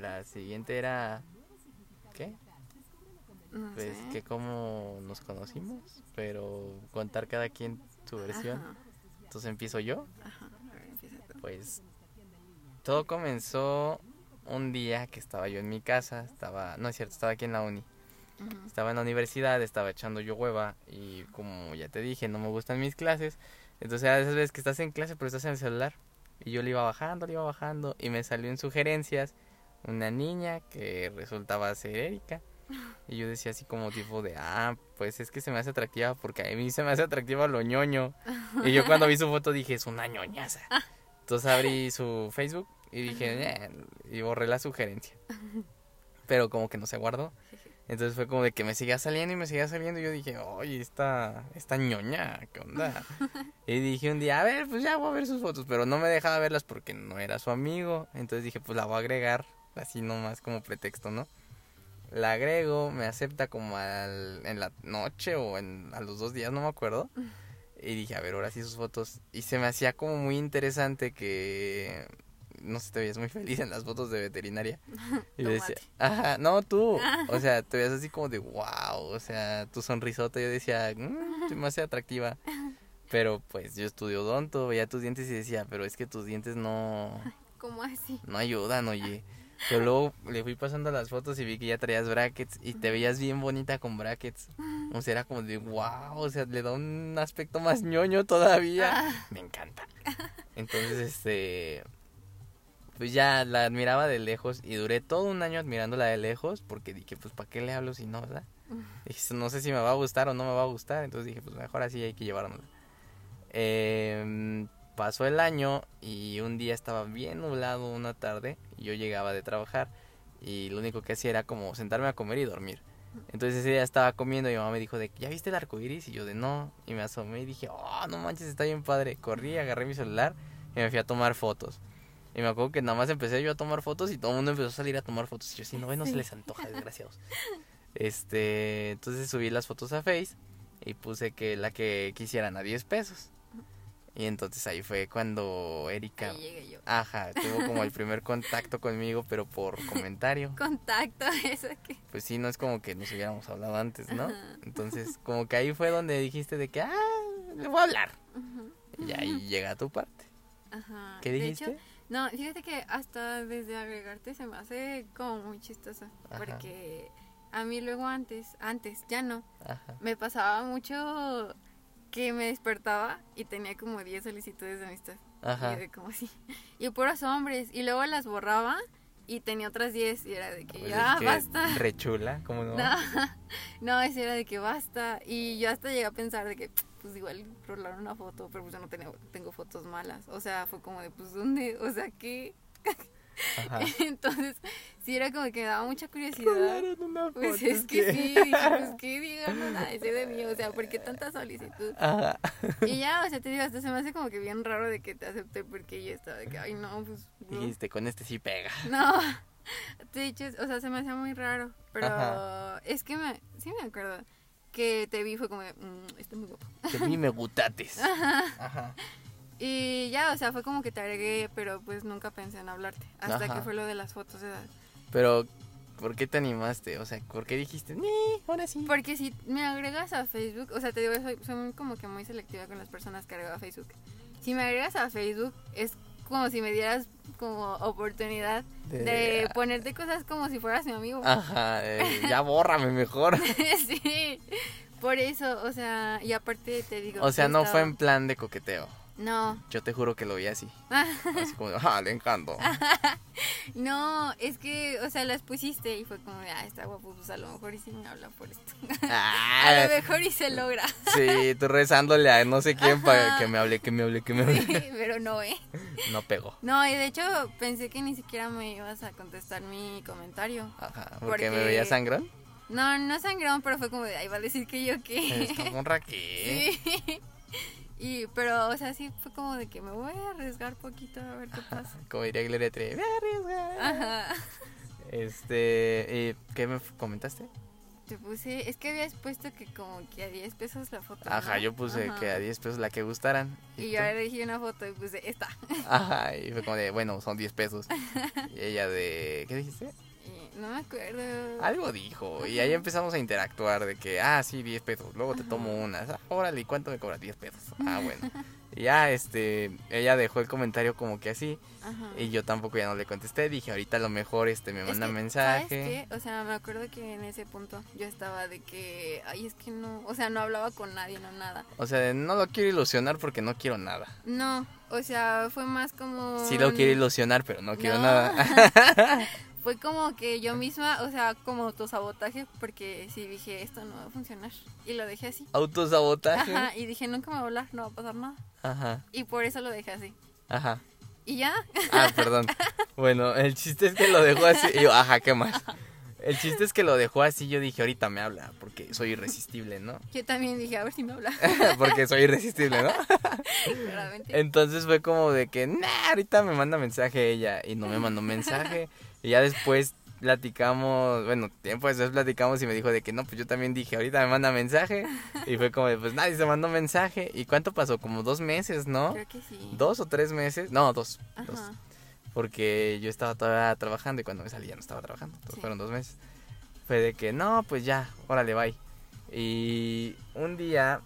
S1: la siguiente era... ¿Qué?
S2: No
S1: Pues
S2: sé.
S1: que cómo nos conocimos, pero contar cada quien su versión.
S2: Ajá,
S1: Entonces empiezo yo.
S2: ajá. A ver, empieza tú.
S1: Pues todo comenzó un día que estaba yo en mi casa, estaba, no es cierto, estaba aquí en la uni.
S2: Ujú.
S1: Estaba en la universidad, estaba echando yo hueva y como ya te dije, no me gustan mis clases. Entonces a esas veces que estás en clase pero estás en el celular. Y yo le iba bajando, le iba bajando y me salió en sugerencias una niña que resultaba ser Erika. Y yo decía así como tipo de, ah, pues es que se me hace atractiva porque a mí se me hace atractiva lo ñoño. Y yo cuando vi su foto dije, es una ñoñaza. Entonces abrí su Facebook y dije, "Eh", y borré la sugerencia. Pero como que no se guardó. Entonces fue como de que me seguía saliendo y me seguía saliendo. Y yo dije, oye, esta, esta ñoña, ¿qué onda? y dije un día, a ver, pues ya voy a ver sus fotos. Pero no me dejaba verlas porque no era su amigo. Entonces dije, pues la voy a agregar, así nomás como pretexto, ¿no? La agrego, me acepta como al- en la noche o en, a los dos días, no me acuerdo. Y dije, a ver, ahora sí sus fotos. Y se me hacía como muy interesante que. No sé, te veías muy feliz en las fotos de veterinaria. Y yo decía, ajá, no, tú. O sea, te veías así como de wow. O sea, tu sonrisota. Yo decía, mmm, se me hace atractiva. Pero pues yo estudio odonto, veía tus dientes y decía, pero es que tus dientes no,
S2: ¿Cómo así?
S1: no ayudan, oye. Pero luego le fui pasando las fotos y vi que ya traías brackets y te veías bien bonita con brackets. O sea, era como de wow, o sea, le da un aspecto más ñoño todavía. Me encanta. Entonces, este. Pues ya la admiraba de lejos y duré todo un año admirándola de lejos porque dije, pues, ¿para qué le hablo si no, verdad? Dije, no sé si me va a gustar o no me va a gustar. Entonces dije, pues, mejor así hay que llevárnosla. Em, pasó el año y un día estaba bien nublado una tarde y yo llegaba de trabajar y lo único que hacía era como sentarme a comer y dormir. Entonces ese día estaba comiendo y mi mamá me dijo de que ya viste el arco iris y yo de no y me asomé y dije, "Oh, no manches, está bien padre." Corrí, agarré mi celular y me fui a tomar fotos. Y me acuerdo que nada más empecé yo a tomar fotos y todo el mundo empezó a salir a tomar fotos. Y yo, si no ven, no se les antoja, desgraciados. Este, entonces subí las fotos a Face y puse que la que quisieran a 10 pesos. Y entonces ahí fue cuando Erika,
S2: Ahí llegué yo.
S1: ajá, tuvo como el primer contacto conmigo, pero por comentario.
S2: Contacto, eso que.
S1: Pues sí, no es como que nos hubiéramos hablado antes, ¿no?
S2: Ajá.
S1: Entonces, como que ahí fue donde dijiste de que, ah, le voy a hablar.
S2: Ujú.
S1: Y ahí llega tu parte.
S2: Ajá.
S1: ¿Qué
S2: De
S1: dijiste?
S2: hecho, No, fíjate que hasta desde agregarte se me hace como muy chistoso,
S1: Ajá.
S2: porque a mí luego antes, antes, ya no,
S1: Ajá.
S2: me pasaba mucho que me despertaba y tenía como 10 solicitudes de amistad.
S1: Ajá.
S2: Y yo de como así. Y puros hombres. Y luego las borraba y tenía otras 10 y era de que
S1: Pues
S2: ya
S1: es que
S2: basta.
S1: Rechula, ¿cómo no?
S2: No, no, eso era de que basta. Y yo hasta llegué a pensar de que, pues igual rolar una foto, pero pues yo no tenía- tengo fotos malas. O sea, fue como de, pues ¿dónde? O sea, ¿qué?
S1: Ajá.
S2: Entonces, sí era como que me daba mucha curiosidad.
S1: una
S2: Pues
S1: foto,
S2: es que sí, dije, pues que digan, no, nada, ese de mí, o sea, ¿por qué tanta solicitud?
S1: Ajá.
S2: Y ya, o sea, te digo, hasta se me hace como que bien raro de que te acepté porque yo estaba de que, ay, no, pues... no".
S1: Dijiste, con este sí pega.
S2: No, de hecho, es- o sea, se me hacía muy raro, pero
S1: Ajá.
S2: es que me, sí me acuerdo que te vi y fue como, de, "Mm, está muy guapo.
S1: Que a mí me gustates. Ajá.
S2: Y ya, o sea, fue como que te agregué, pero pues nunca pensé en hablarte, hasta
S1: Ajá.
S2: que fue lo de las fotos de edad.
S1: Pero, ¿por qué te animaste? O sea, ¿por qué dijiste, ni, ahora sí?
S2: Porque si me agregas a Facebook, o sea, te digo, soy, soy muy- como que muy selectiva con las personas que agrego a Facebook. Si me agregas a Facebook, es como si me dieras como oportunidad
S1: De-
S2: de, ponerte cosas como si fueras mi amigo.
S1: Ajá, eh, ya bórrame mejor.
S2: sí, por eso, o sea, y aparte te digo...
S1: O sea,
S2: yo
S1: no fue
S2: estaba-
S1: en plan de coqueteo.
S2: No,
S1: Yo te juro que lo vi así. Así como, ah, le encanto.
S2: no, es que, o sea, las pusiste y fue como, de, ah, está guapo, pues a lo mejor y sí me habla por esto. a
S1: Ah,
S2: lo mejor y se logra.
S1: sí, tú rezándole a no sé quién para
S2: Ajá.
S1: que me hable, que me hable, que me
S2: Sí,
S1: hable.
S2: pero no, ¿eh?
S1: No pegó.
S2: No, y de hecho pensé que ni siquiera me ibas a contestar mi comentario.
S1: Ajá, porque,
S2: Porque-
S1: me veía sangrón.
S2: No, no sangrón, pero fue como de, ahí va a decir que yo qué.
S1: ¿eh? Está con Raquel.
S2: Sí. Y, pero, o sea, sí fue como de que me voy a arriesgar poquito a ver qué pasa.
S1: Como diría Gloria Trevi, "Me arriesgaré".
S2: Ajá.
S1: Este, eh, ¿qué me f- comentaste?
S2: Te puse, es que habías puesto que como que a 10 pesos la foto.
S1: Ajá,
S2: ¿no?
S1: yo puse
S2: Ajá.
S1: que a 10 pesos la que gustaran.
S2: Y
S1: tú?
S2: yo elegí una foto y puse esta.
S1: Ajá, y fue como de, bueno, son 10 pesos. Y ella de, ¿qué dijiste?
S2: Y no me acuerdo.
S1: Algo dijo. Y ahí empezamos a interactuar de que, ah, sí, 10 pesos. Luego te tomo unas. Ah, órale, ¿y cuánto me cobras? 10 pesos. Ah, bueno. Y ya, este, ella dejó el comentario como que así.
S2: Ajá.
S1: Y yo tampoco ya no le contesté. Dije, ahorita a lo mejor este me
S2: Es
S1: manda
S2: que,
S1: mensaje.
S2: ¿Sabes qué? O sea, me acuerdo que en ese punto yo estaba de que, ay, es que no, o sea, no hablaba con nadie, no nada.
S1: O sea, no lo quiero ilusionar porque no quiero nada.
S2: No, o sea, fue más como...
S1: Sí lo
S2: un-
S1: quiero ilusionar, pero no quiero
S2: No.
S1: nada.
S2: Fue como que yo misma, o sea, como autosabotaje, porque sí dije, esto no va a funcionar. Y lo dejé así.
S1: Autosabotaje. Ajá.
S2: Ajá, y dije, nunca me va a hablar, no va a pasar nada.
S1: Ajá.
S2: Y por eso lo dejé así. Y ya,
S1: Ah, perdón. Bueno, el chiste es que lo dejó así. Y yo, ajá, qué mal. El chiste es que lo dejó así. Yo dije, ahorita me habla, porque soy irresistible, ¿no?
S2: yo también dije, a ver si me habla.
S1: Porque soy irresistible, ¿no? ¿Eh,
S2: Claramente.
S1: Entonces fue como de que, nah, ahorita me manda mensaje ella. Y no me mandó mensaje. Y ya después platicamos, bueno, tiempo después platicamos y me dijo de que no, pues yo también dije, ahorita me manda mensaje. Y fue como de, pues nadie se mandó mensaje. ¿Y cuánto pasó? Como dos meses, ¿no?
S2: Creo que sí.
S1: Dos o tres meses. No, dos. dos.
S2: Ajá.
S1: Porque yo estaba todavía trabajando y cuando me salí ya no estaba trabajando. Entonces
S2: Sí.
S1: Fueron dos meses. Fue de que, no, pues ya, órale, bye. Y un día,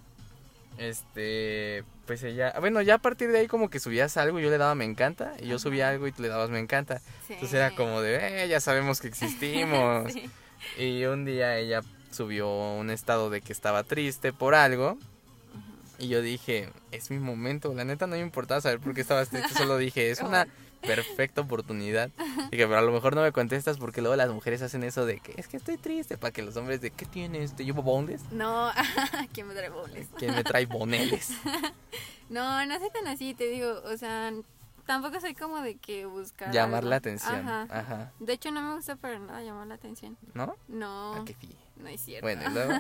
S1: este, pues ella, bueno, ya a partir de ahí como que subías algo y yo le daba me encanta. Y yo
S2: Ajá.
S1: subía algo y tú le dabas me encanta.
S2: Sí.
S1: Entonces era como de, eh, ya sabemos que existimos.
S2: Sí.
S1: Y un día ella subió un estado de que estaba triste por algo. Y yo dije, es mi momento. La neta no me importaba saber por qué estabas triste. Solo dije, es una perfecta oportunidad. Dije, pero a lo mejor no me contestas porque luego las mujeres hacen eso de que es que estoy triste. Para que los hombres de, ¿qué este tienes? ¿Te llevo bondes?
S2: No, ¿quién me trae boles?
S1: Que me trae boneles.
S2: No, no soy tan así, te digo, o sea, tampoco soy como de que buscar...
S1: Llamar
S2: algo.
S1: la atención. Ah.
S2: Ajá.
S1: Ajá.
S2: De hecho, no me gusta para nada llamar la atención.
S1: ¿No?
S2: No,
S1: Ah, qué fi.
S2: no es cierto.
S1: Bueno, y luego.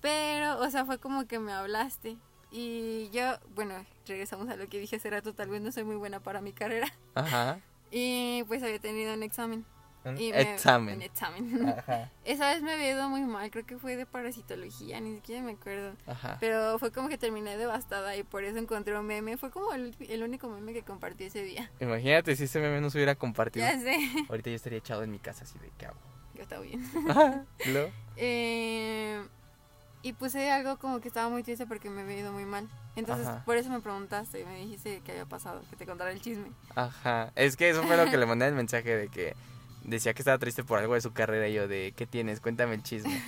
S2: Pero, o sea, fue como que me hablaste. Y yo, bueno, regresamos a lo que dije hace rato, tal vez no soy muy buena para mi carrera.
S1: Ajá.
S2: Y pues había tenido un examen.
S1: Un
S2: Y me- Un
S1: examen.
S2: examen.
S1: Ajá.
S2: Esa vez me había ido muy mal, creo que fue de parasitología, ni siquiera me acuerdo.
S1: Ajá.
S2: Pero fue como que terminé devastada y por eso encontré un meme. Fue como el, el único meme que compartí ese día.
S1: Imagínate si ese meme no se hubiera compartido.
S2: Ya sé,
S1: Ahorita yo estaría echado en mi casa así de qué hago.
S2: yo estaba bien.
S1: Ajá. ¿Y luego?
S2: Eh, y puse algo como que estaba muy triste porque me había ido muy mal. Entonces,
S1: Ajá.
S2: por eso me preguntaste y me dijiste qué había pasado, que te contara el chisme.
S1: Ajá. Es que eso fue lo que le mandé el mensaje de que decía que estaba triste por algo de su carrera y yo de ¿qué tienes? Cuéntame el chisme.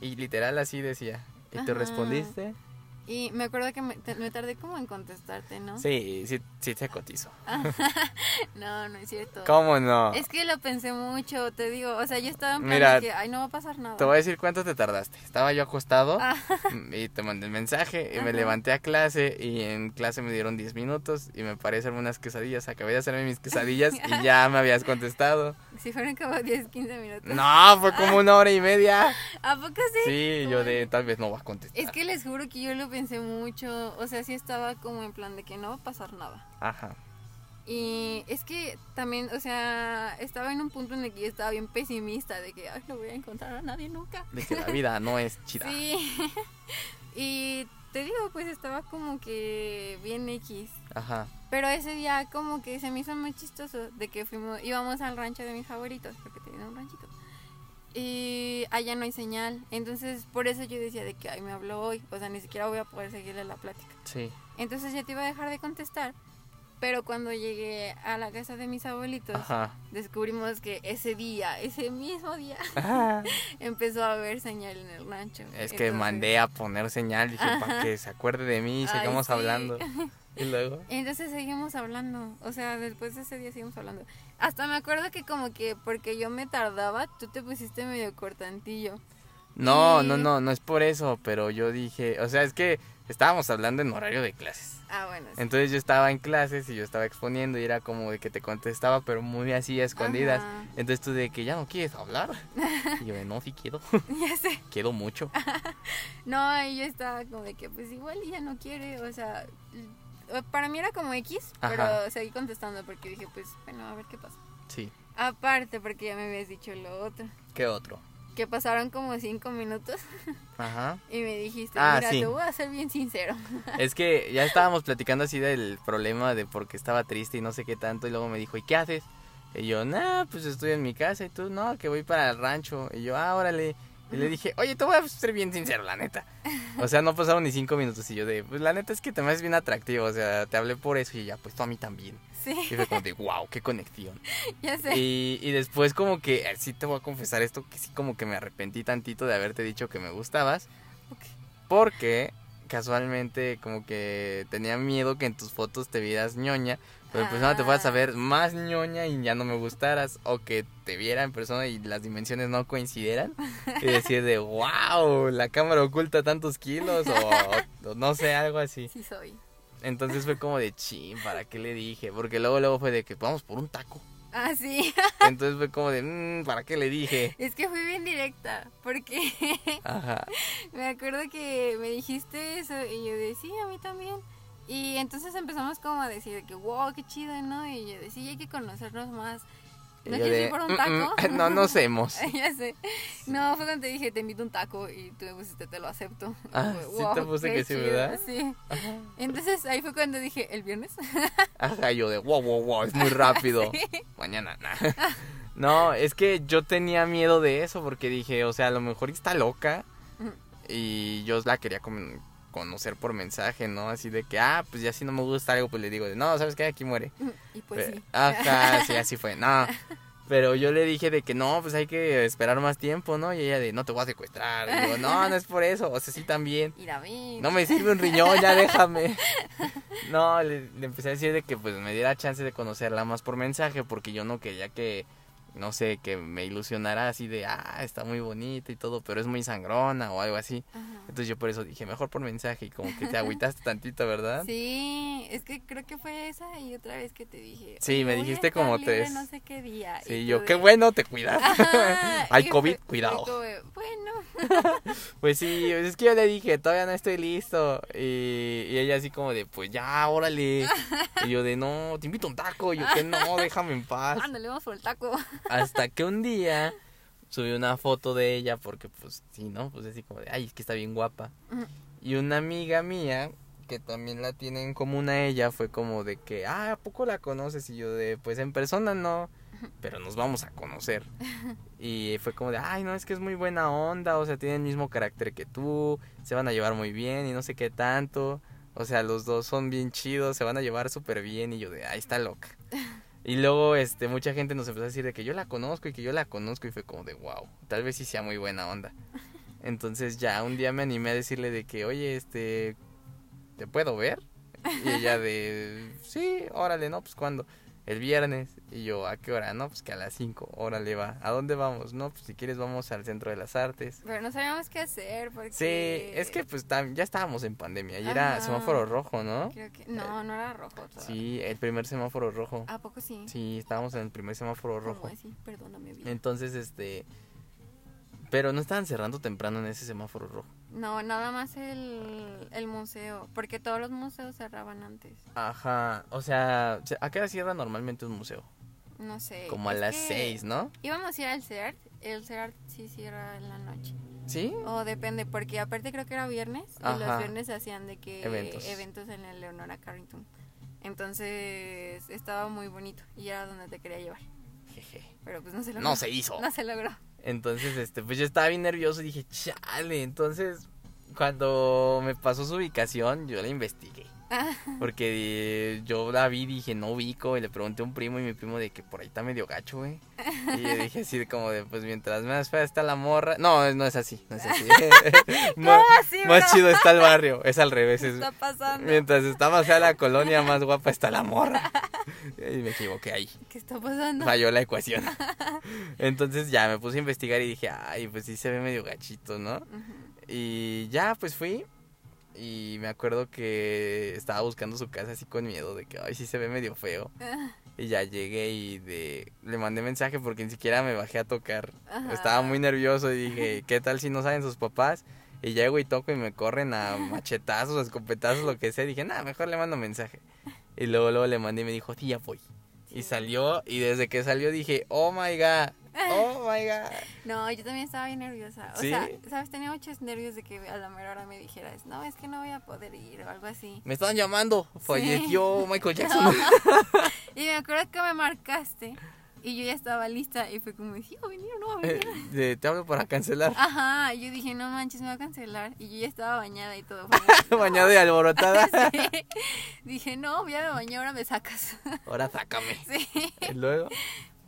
S1: Y literal así decía. ¿Y tú
S2: Ajá.
S1: respondiste?
S2: Y me acuerdo que me, te- me tardé como en contestarte, ¿no?
S1: Sí, sí, sí te cotizo.
S2: No, no es cierto.
S1: ¿Cómo no?
S2: Es que lo pensé mucho, te digo. O sea, yo estaba en plan
S1: Ah. Mira,
S2: de que, ay, no va a pasar nada.
S1: Te voy a decir cuánto te tardaste. Estaba yo acostado
S2: Ah.
S1: y te mandé el mensaje y me
S2: Ajá.
S1: levanté a clase y en clase me dieron 10 minutos y me paré a hacerme unas quesadillas. Acabé de hacerme mis quesadillas y ya me habías contestado.
S2: Si fueron como 10, 15 minutos.
S1: No, fue como una hora y media.
S2: ¿A poco sí? eh.
S1: Sí, yo de tal vez no vas a contestar.
S2: Es que les juro que yo lo pensé mucho. O sea, sí estaba como en plan de que no va a pasar nada.
S1: Ajá.
S2: Y es que también, o sea, estaba en un punto en el que yo estaba bien pesimista de que, ay, no voy a encontrar a nadie nunca.
S1: de que la vida no es chida.
S2: Sí. y te digo, pues estaba como que bien X.
S1: Ajá,
S2: Pero ese día como que se me hizo muy chistoso de que fuimos, íbamos al rancho de mis favoritos, porque tenía un ranchito. Y allá no hay señal. Entonces por eso yo decía de que, ay, me habló hoy. O sea, ni siquiera voy a poder seguirle la plática.
S1: sí.
S2: Entonces yo te iba a dejar de contestar. Pero cuando llegué a la casa de mis abuelitos,
S1: Ajá.
S2: descubrimos que ese día, ese mismo día, empezó a haber señal en el rancho.
S1: Es que
S2: Entonces-
S1: mandé a poner señal, dije, para
S2: Ajá.
S1: que se acuerde de mí y
S2: Ay,
S1: sigamos
S2: sí.
S1: hablando. Y luego,
S2: Entonces seguimos hablando, o sea, después de ese día seguimos hablando. Hasta me acuerdo que como que porque yo me tardaba, tú te pusiste medio cortantillo.
S1: no,
S2: Y-
S1: no, no, no es por eso, pero yo dije, o sea, es que Estábamos hablando en horario de clases.
S2: Ah, bueno. sí.
S1: Entonces yo estaba en clases y yo estaba exponiendo y era como de que te contestaba, pero muy así a escondidas.
S2: Ajá.
S1: Entonces tú de que ya no quieres hablar. Y yo de no, sí quiero,
S2: Ya sé.
S1: quiero mucho.
S2: No, y yo estaba como de que, pues igual ya no quiere, o sea, l- para mí era como X,
S1: Ajá.
S2: pero seguí contestando porque dije, pues bueno, a ver qué pasa.
S1: Sí.
S2: Aparte, porque ya me habías dicho lo otro,
S1: ¿Qué otro?
S2: que pasaron como cinco minutos
S1: Ajá.
S2: y me dijiste,
S1: Ah,
S2: mira,
S1: sí.
S2: te voy a ser bien sincero.
S1: Es que ya estábamos platicando así del problema de por qué estaba triste y no sé qué tanto. Y luego me dijo, ¿y qué haces? Y yo, nah, pues estoy en mi casa. Y tú, no, que voy para el rancho. Y yo, ah, órale. Y le dije, oye, te voy a ser bien sincero, la neta. O sea, no pasaron ni cinco minutos. Y yo, de, pues la neta es que te me haces bien atractivo. O sea, te hablé por eso. Y ya, pues tú a mí también.
S2: Sí,
S1: Y fue como de, wow, qué conexión.
S2: ya sé.
S1: Y, y después, como que, eh, sí te voy a confesar esto, que sí, como que me arrepentí tantito de haberte dicho que me gustabas.
S2: Ok.
S1: Porque casualmente como que tenía miedo que en tus fotos te vieras ñoña, pero en persona te fueras a
S2: Ah.
S1: ver más ñoña y ya no me gustaras, o que te viera en persona y las dimensiones no coincidieran, y decir de, wow, la cámara oculta tantos kilos, o, o no sé, algo así.
S2: Sí soy.
S1: Entonces fue como de, chin, ¿para qué le dije? Porque luego, luego fue de que vamos por un taco.
S2: Ah, sí.
S1: Entonces fue como de, "Mm, ¿para qué le dije?
S2: Es que fui bien directa, porque
S1: Ajá,
S2: me acuerdo que me dijiste eso y yo decía, sí, a mí también. Y entonces empezamos como a decir de que, wow, qué chido, ¿no? Y yo decía, sí, hay que conocernos más.
S1: Y
S2: ¿No
S1: yo
S2: quieres
S1: de,
S2: ir por un
S1: "Mm, mm,
S2: taco?
S1: no, no hacemos.
S2: ya sé. No, fue cuando te dije, te invito un taco y tú me pusiste, te lo acepto. Y
S1: Ah,
S2: fue,
S1: sí te puse
S2: qué
S1: que sí,
S2: chido,
S1: ¿verdad?
S2: Sí.
S1: Ajá.
S2: Entonces ahí fue cuando dije, ¿el viernes?
S1: Ajá, yo de wow, wow, wow, es muy rápido. Mañana, nah. No, es que yo tenía miedo de eso porque dije, o sea, a lo mejor está loca
S2: Ujú.
S1: y yo la quería con- conocer por mensaje, ¿no? Así de que, ah, pues ya si no me gusta algo, pues le digo, de, no, ¿sabes qué? Aquí muere.
S2: y pues
S1: Pero-
S2: sí.
S1: Ajá, sí, así fue, no. Pero yo le dije de que no, pues hay que esperar más tiempo, ¿no? Y ella de, no te voy a secuestrar. Y digo, no, no es por eso, o sea, sí también.
S2: Y David.
S1: No me sirve un riñón, ya déjame. No, le, le empecé a decir de que pues me diera chance de conocerla más por mensaje, porque yo no quería que, no sé, que me ilusionara así de, ah, está muy bonita y todo, pero es muy sangrona o algo así.
S2: Ajá.
S1: Entonces yo por eso dije, mejor por mensaje y como que te agüitaste tantito, ¿verdad?
S2: Sí, es que creo que fue esa y otra vez que te dije.
S1: Sí,
S2: "Oye,
S1: me
S2: voy a
S1: dijiste
S2: estar
S1: como
S2: libre
S1: tres.
S2: No sé qué día.
S1: Sí,
S2: y
S1: yo,
S2: tú
S1: qué
S2: de-
S1: bueno, te cuidas.
S2: Ajá,
S1: Hay
S2: y
S1: COVID,
S2: fue-
S1: cuidado.
S2: fue como, bueno,
S1: Pues sí, pues, es que yo le dije, todavía no estoy listo. Y, y ella así como de, pues ya, órale. Y yo de, no, te invito a un taco. Y yo que no, déjame en paz.
S2: ándale, vamos por el taco.
S1: Hasta que un día subí una foto de ella porque pues sí, ¿no? Pues así como de, ay, es que está bien guapa.
S2: Ujú.
S1: Y una amiga mía, que también la tiene en común a ella, fue como de que, ah, ¿a poco la conoces? Y yo de, pues en persona no, pero nos vamos a conocer. Y fue como de, ay, no, es que es muy buena onda, o sea, tiene el mismo carácter que tú, se van a llevar muy bien y no sé qué tanto. O sea, los dos son bien chidos, se van a llevar súper bien y yo de, ay, está loca. Y luego, este, mucha gente nos empezó a decir de que yo la conozco y que yo la conozco y fue como de, wow, tal vez sí sea muy buena onda. Entonces ya un día me animé a decirle de que, oye, este, ¿te puedo ver? Y ella de, sí, órale, no, pues cuando El viernes. Y yo, ¿a qué hora? No, pues que a las 5, órale va. ¿A dónde vamos? No, pues si quieres vamos al Centro de las Artes.
S2: Pero no sabíamos qué hacer porque...
S1: Sí, es que pues tam- ya estábamos en pandemia y era
S2: Eh, Ajá.
S1: semáforo rojo, ¿no?
S2: Creo que... No, no era rojo todavía.
S1: Sí, el primer semáforo rojo.
S2: ¿A poco sí?
S1: Sí, estábamos en el primer semáforo
S2: Ah, ¿Cómo
S1: rojo.
S2: así? Perdóname, vida.
S1: Entonces, este. Pero no estaban cerrando temprano en ese semáforo rojo.
S2: No, nada más el, el museo, porque todos los museos cerraban antes.
S1: Ajá. O sea, se- ¿a qué hora cierra normalmente un museo?
S2: No sé.
S1: Como a
S2: Eh, es
S1: las
S2: que
S1: seis, ¿no?
S2: Íbamos a ir al CERT, el CERT sí cierra en la noche.
S1: ¿Sí?
S2: O depende, porque aparte creo que era viernes y
S1: Ajá.
S2: los viernes se hacían de que
S1: Eventos.
S2: eventos, en el Leonora Carrington. Entonces estaba muy bonito y era donde te quería llevar.
S1: Jeje.
S2: Pero pues no se logró.
S1: No se hizo.
S2: No se logró.
S1: Entonces, este, pues yo estaba bien nervioso y dije, chale. Entonces, cuando me pasó su ubicación, yo la investigué.
S2: Ah.
S1: Porque eh, yo la vi, dije, no ubico. Y le pregunté a un primo y mi primo de que por ahí está medio gacho, güey. Y yo dije así, de como de, pues mientras más fea está la morra. No, no es así, no es así. Más-
S2: así,
S1: más
S2: bro?
S1: chido está el barrio, es al revés.
S2: ¿Qué
S1: es-
S2: está pasando?
S1: mientras está más fea la colonia, más guapa está la morra. Y me equivoqué ahí
S2: ¿Qué está pasando?
S1: falló la ecuación. Entonces ya me puse a investigar y dije, ay, pues sí se ve medio gachito, ¿no?
S2: Ujú.
S1: Y ya, pues fui. Y me acuerdo que estaba buscando su casa así con miedo de que, ay, sí se ve medio feo. Y ya llegué y de, le mandé mensaje porque ni siquiera me bajé a tocar.
S2: Ajá.
S1: Estaba muy nervioso y dije, ¿qué tal si no saben sus papás? Y llego y toco y me corren a machetazos, a escopetazos, lo que sea. Y dije, nada, mejor le mando mensaje. Y luego, luego le mandé y me dijo, sí, ya voy. Y salió y desde que salió dije, oh my god, oh my god.
S2: No, yo también estaba bien nerviosa. O
S1: ¿Sí?
S2: sea, ¿sabes? Tenía muchos nervios de que a la mejor hora me dijeras, no, es que no voy a poder ir o algo así.
S1: Me están llamando, falleció Michael Jackson.
S2: Y me acuerdo que me marcaste y yo ya estaba lista y fue como, sí, va a venir o no va a venir.
S1: Eh, Te hablo para cancelar.
S2: Ajá, yo dije, no manches, me va a cancelar. Y yo ya estaba bañada y todo. fue como,
S1: Bañada y alborotada.
S2: sí. Dije, no, ya me bañé, ahora me sacas.
S1: Ahora sácame.
S2: sí.
S1: Y Luego.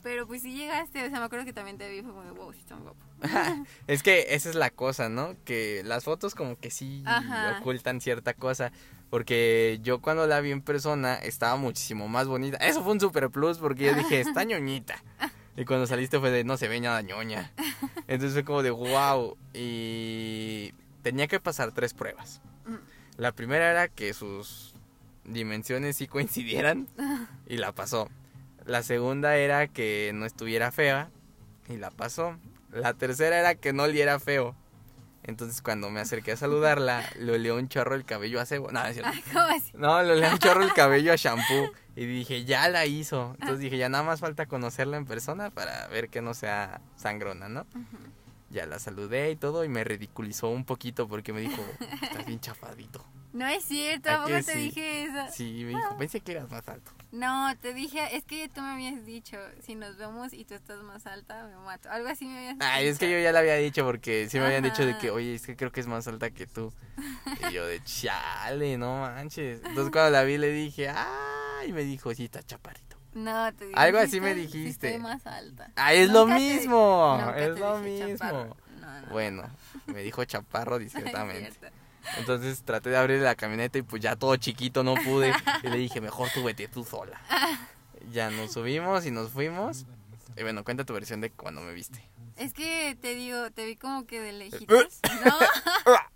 S2: Pero pues sí llegaste, o sea, me acuerdo que también te vi, fue como, wow, sí, tan guapo.
S1: Es que esa es la cosa, ¿no? Que las fotos como que sí
S2: Ajá.
S1: ocultan cierta cosa. Porque yo cuando la vi en persona estaba muchísimo más bonita. Eso fue un super plus porque yo dije, está ñoñita. Y cuando saliste fue de, no se ve nada ñoña. Entonces fue como de, wow. Y tenía que pasar tres pruebas. La primera era que sus dimensiones sí coincidieran y la pasó. La segunda era que no estuviera fea y la pasó. La tercera era que no oliera feo. Entonces cuando me acerqué a saludarla, le olió un chorro el cabello a cebo. No, no es cierto.
S2: ¿Cómo así?
S1: No, le olía un chorro el cabello a shampoo. Y dije, ya la hizo. Entonces dije, ya nada más falta conocerla en persona para ver que no sea sangrona, ¿no?
S2: Ujú.
S1: Ya la saludé y todo y me ridiculizó un poquito porque me dijo, estás bien chafadito.
S2: No es cierto,
S1: ¿A
S2: ¿a poco
S1: que
S2: te
S1: sí?
S2: dije eso?
S1: Sí, me dijo, pensé que eras más alto.
S2: No, te dije, es que tú me habías dicho, si nos vemos y tú estás más alta, me mato. Algo así me habías
S1: Ay, es que yo
S2: dicho.
S1: ya la había dicho porque sí me habían dicho de que,
S2: Ajá.
S1: oye, es que creo que es más alta que tú. Y yo de chale, no manches. Entonces cuando la vi le dije, ay, y me dijo, sí, está chaparrito.
S2: No, te dije.
S1: Algo
S2: sí
S1: así me
S2: estoy- sí
S1: dijiste.
S2: estoy más alta.
S1: Ah, es lo
S2: Nunca te-
S1: mismo,
S2: nunca
S1: es
S2: te
S1: lo
S2: dije
S1: mismo.
S2: chaparro. No, no,
S1: Bueno, me dijo chaparro
S2: no es
S1: discretamente.
S2: cierto.
S1: Entonces traté de abrir la camioneta y pues ya todo chiquito no pude. Y le dije, mejor tú vete tú sola. Ya nos subimos y nos fuimos. Y bueno, cuenta tu versión de cuando me viste.
S2: Es que te digo, te vi como que
S1: Eh,
S2: de lejitos. No.
S1: ¡Ah!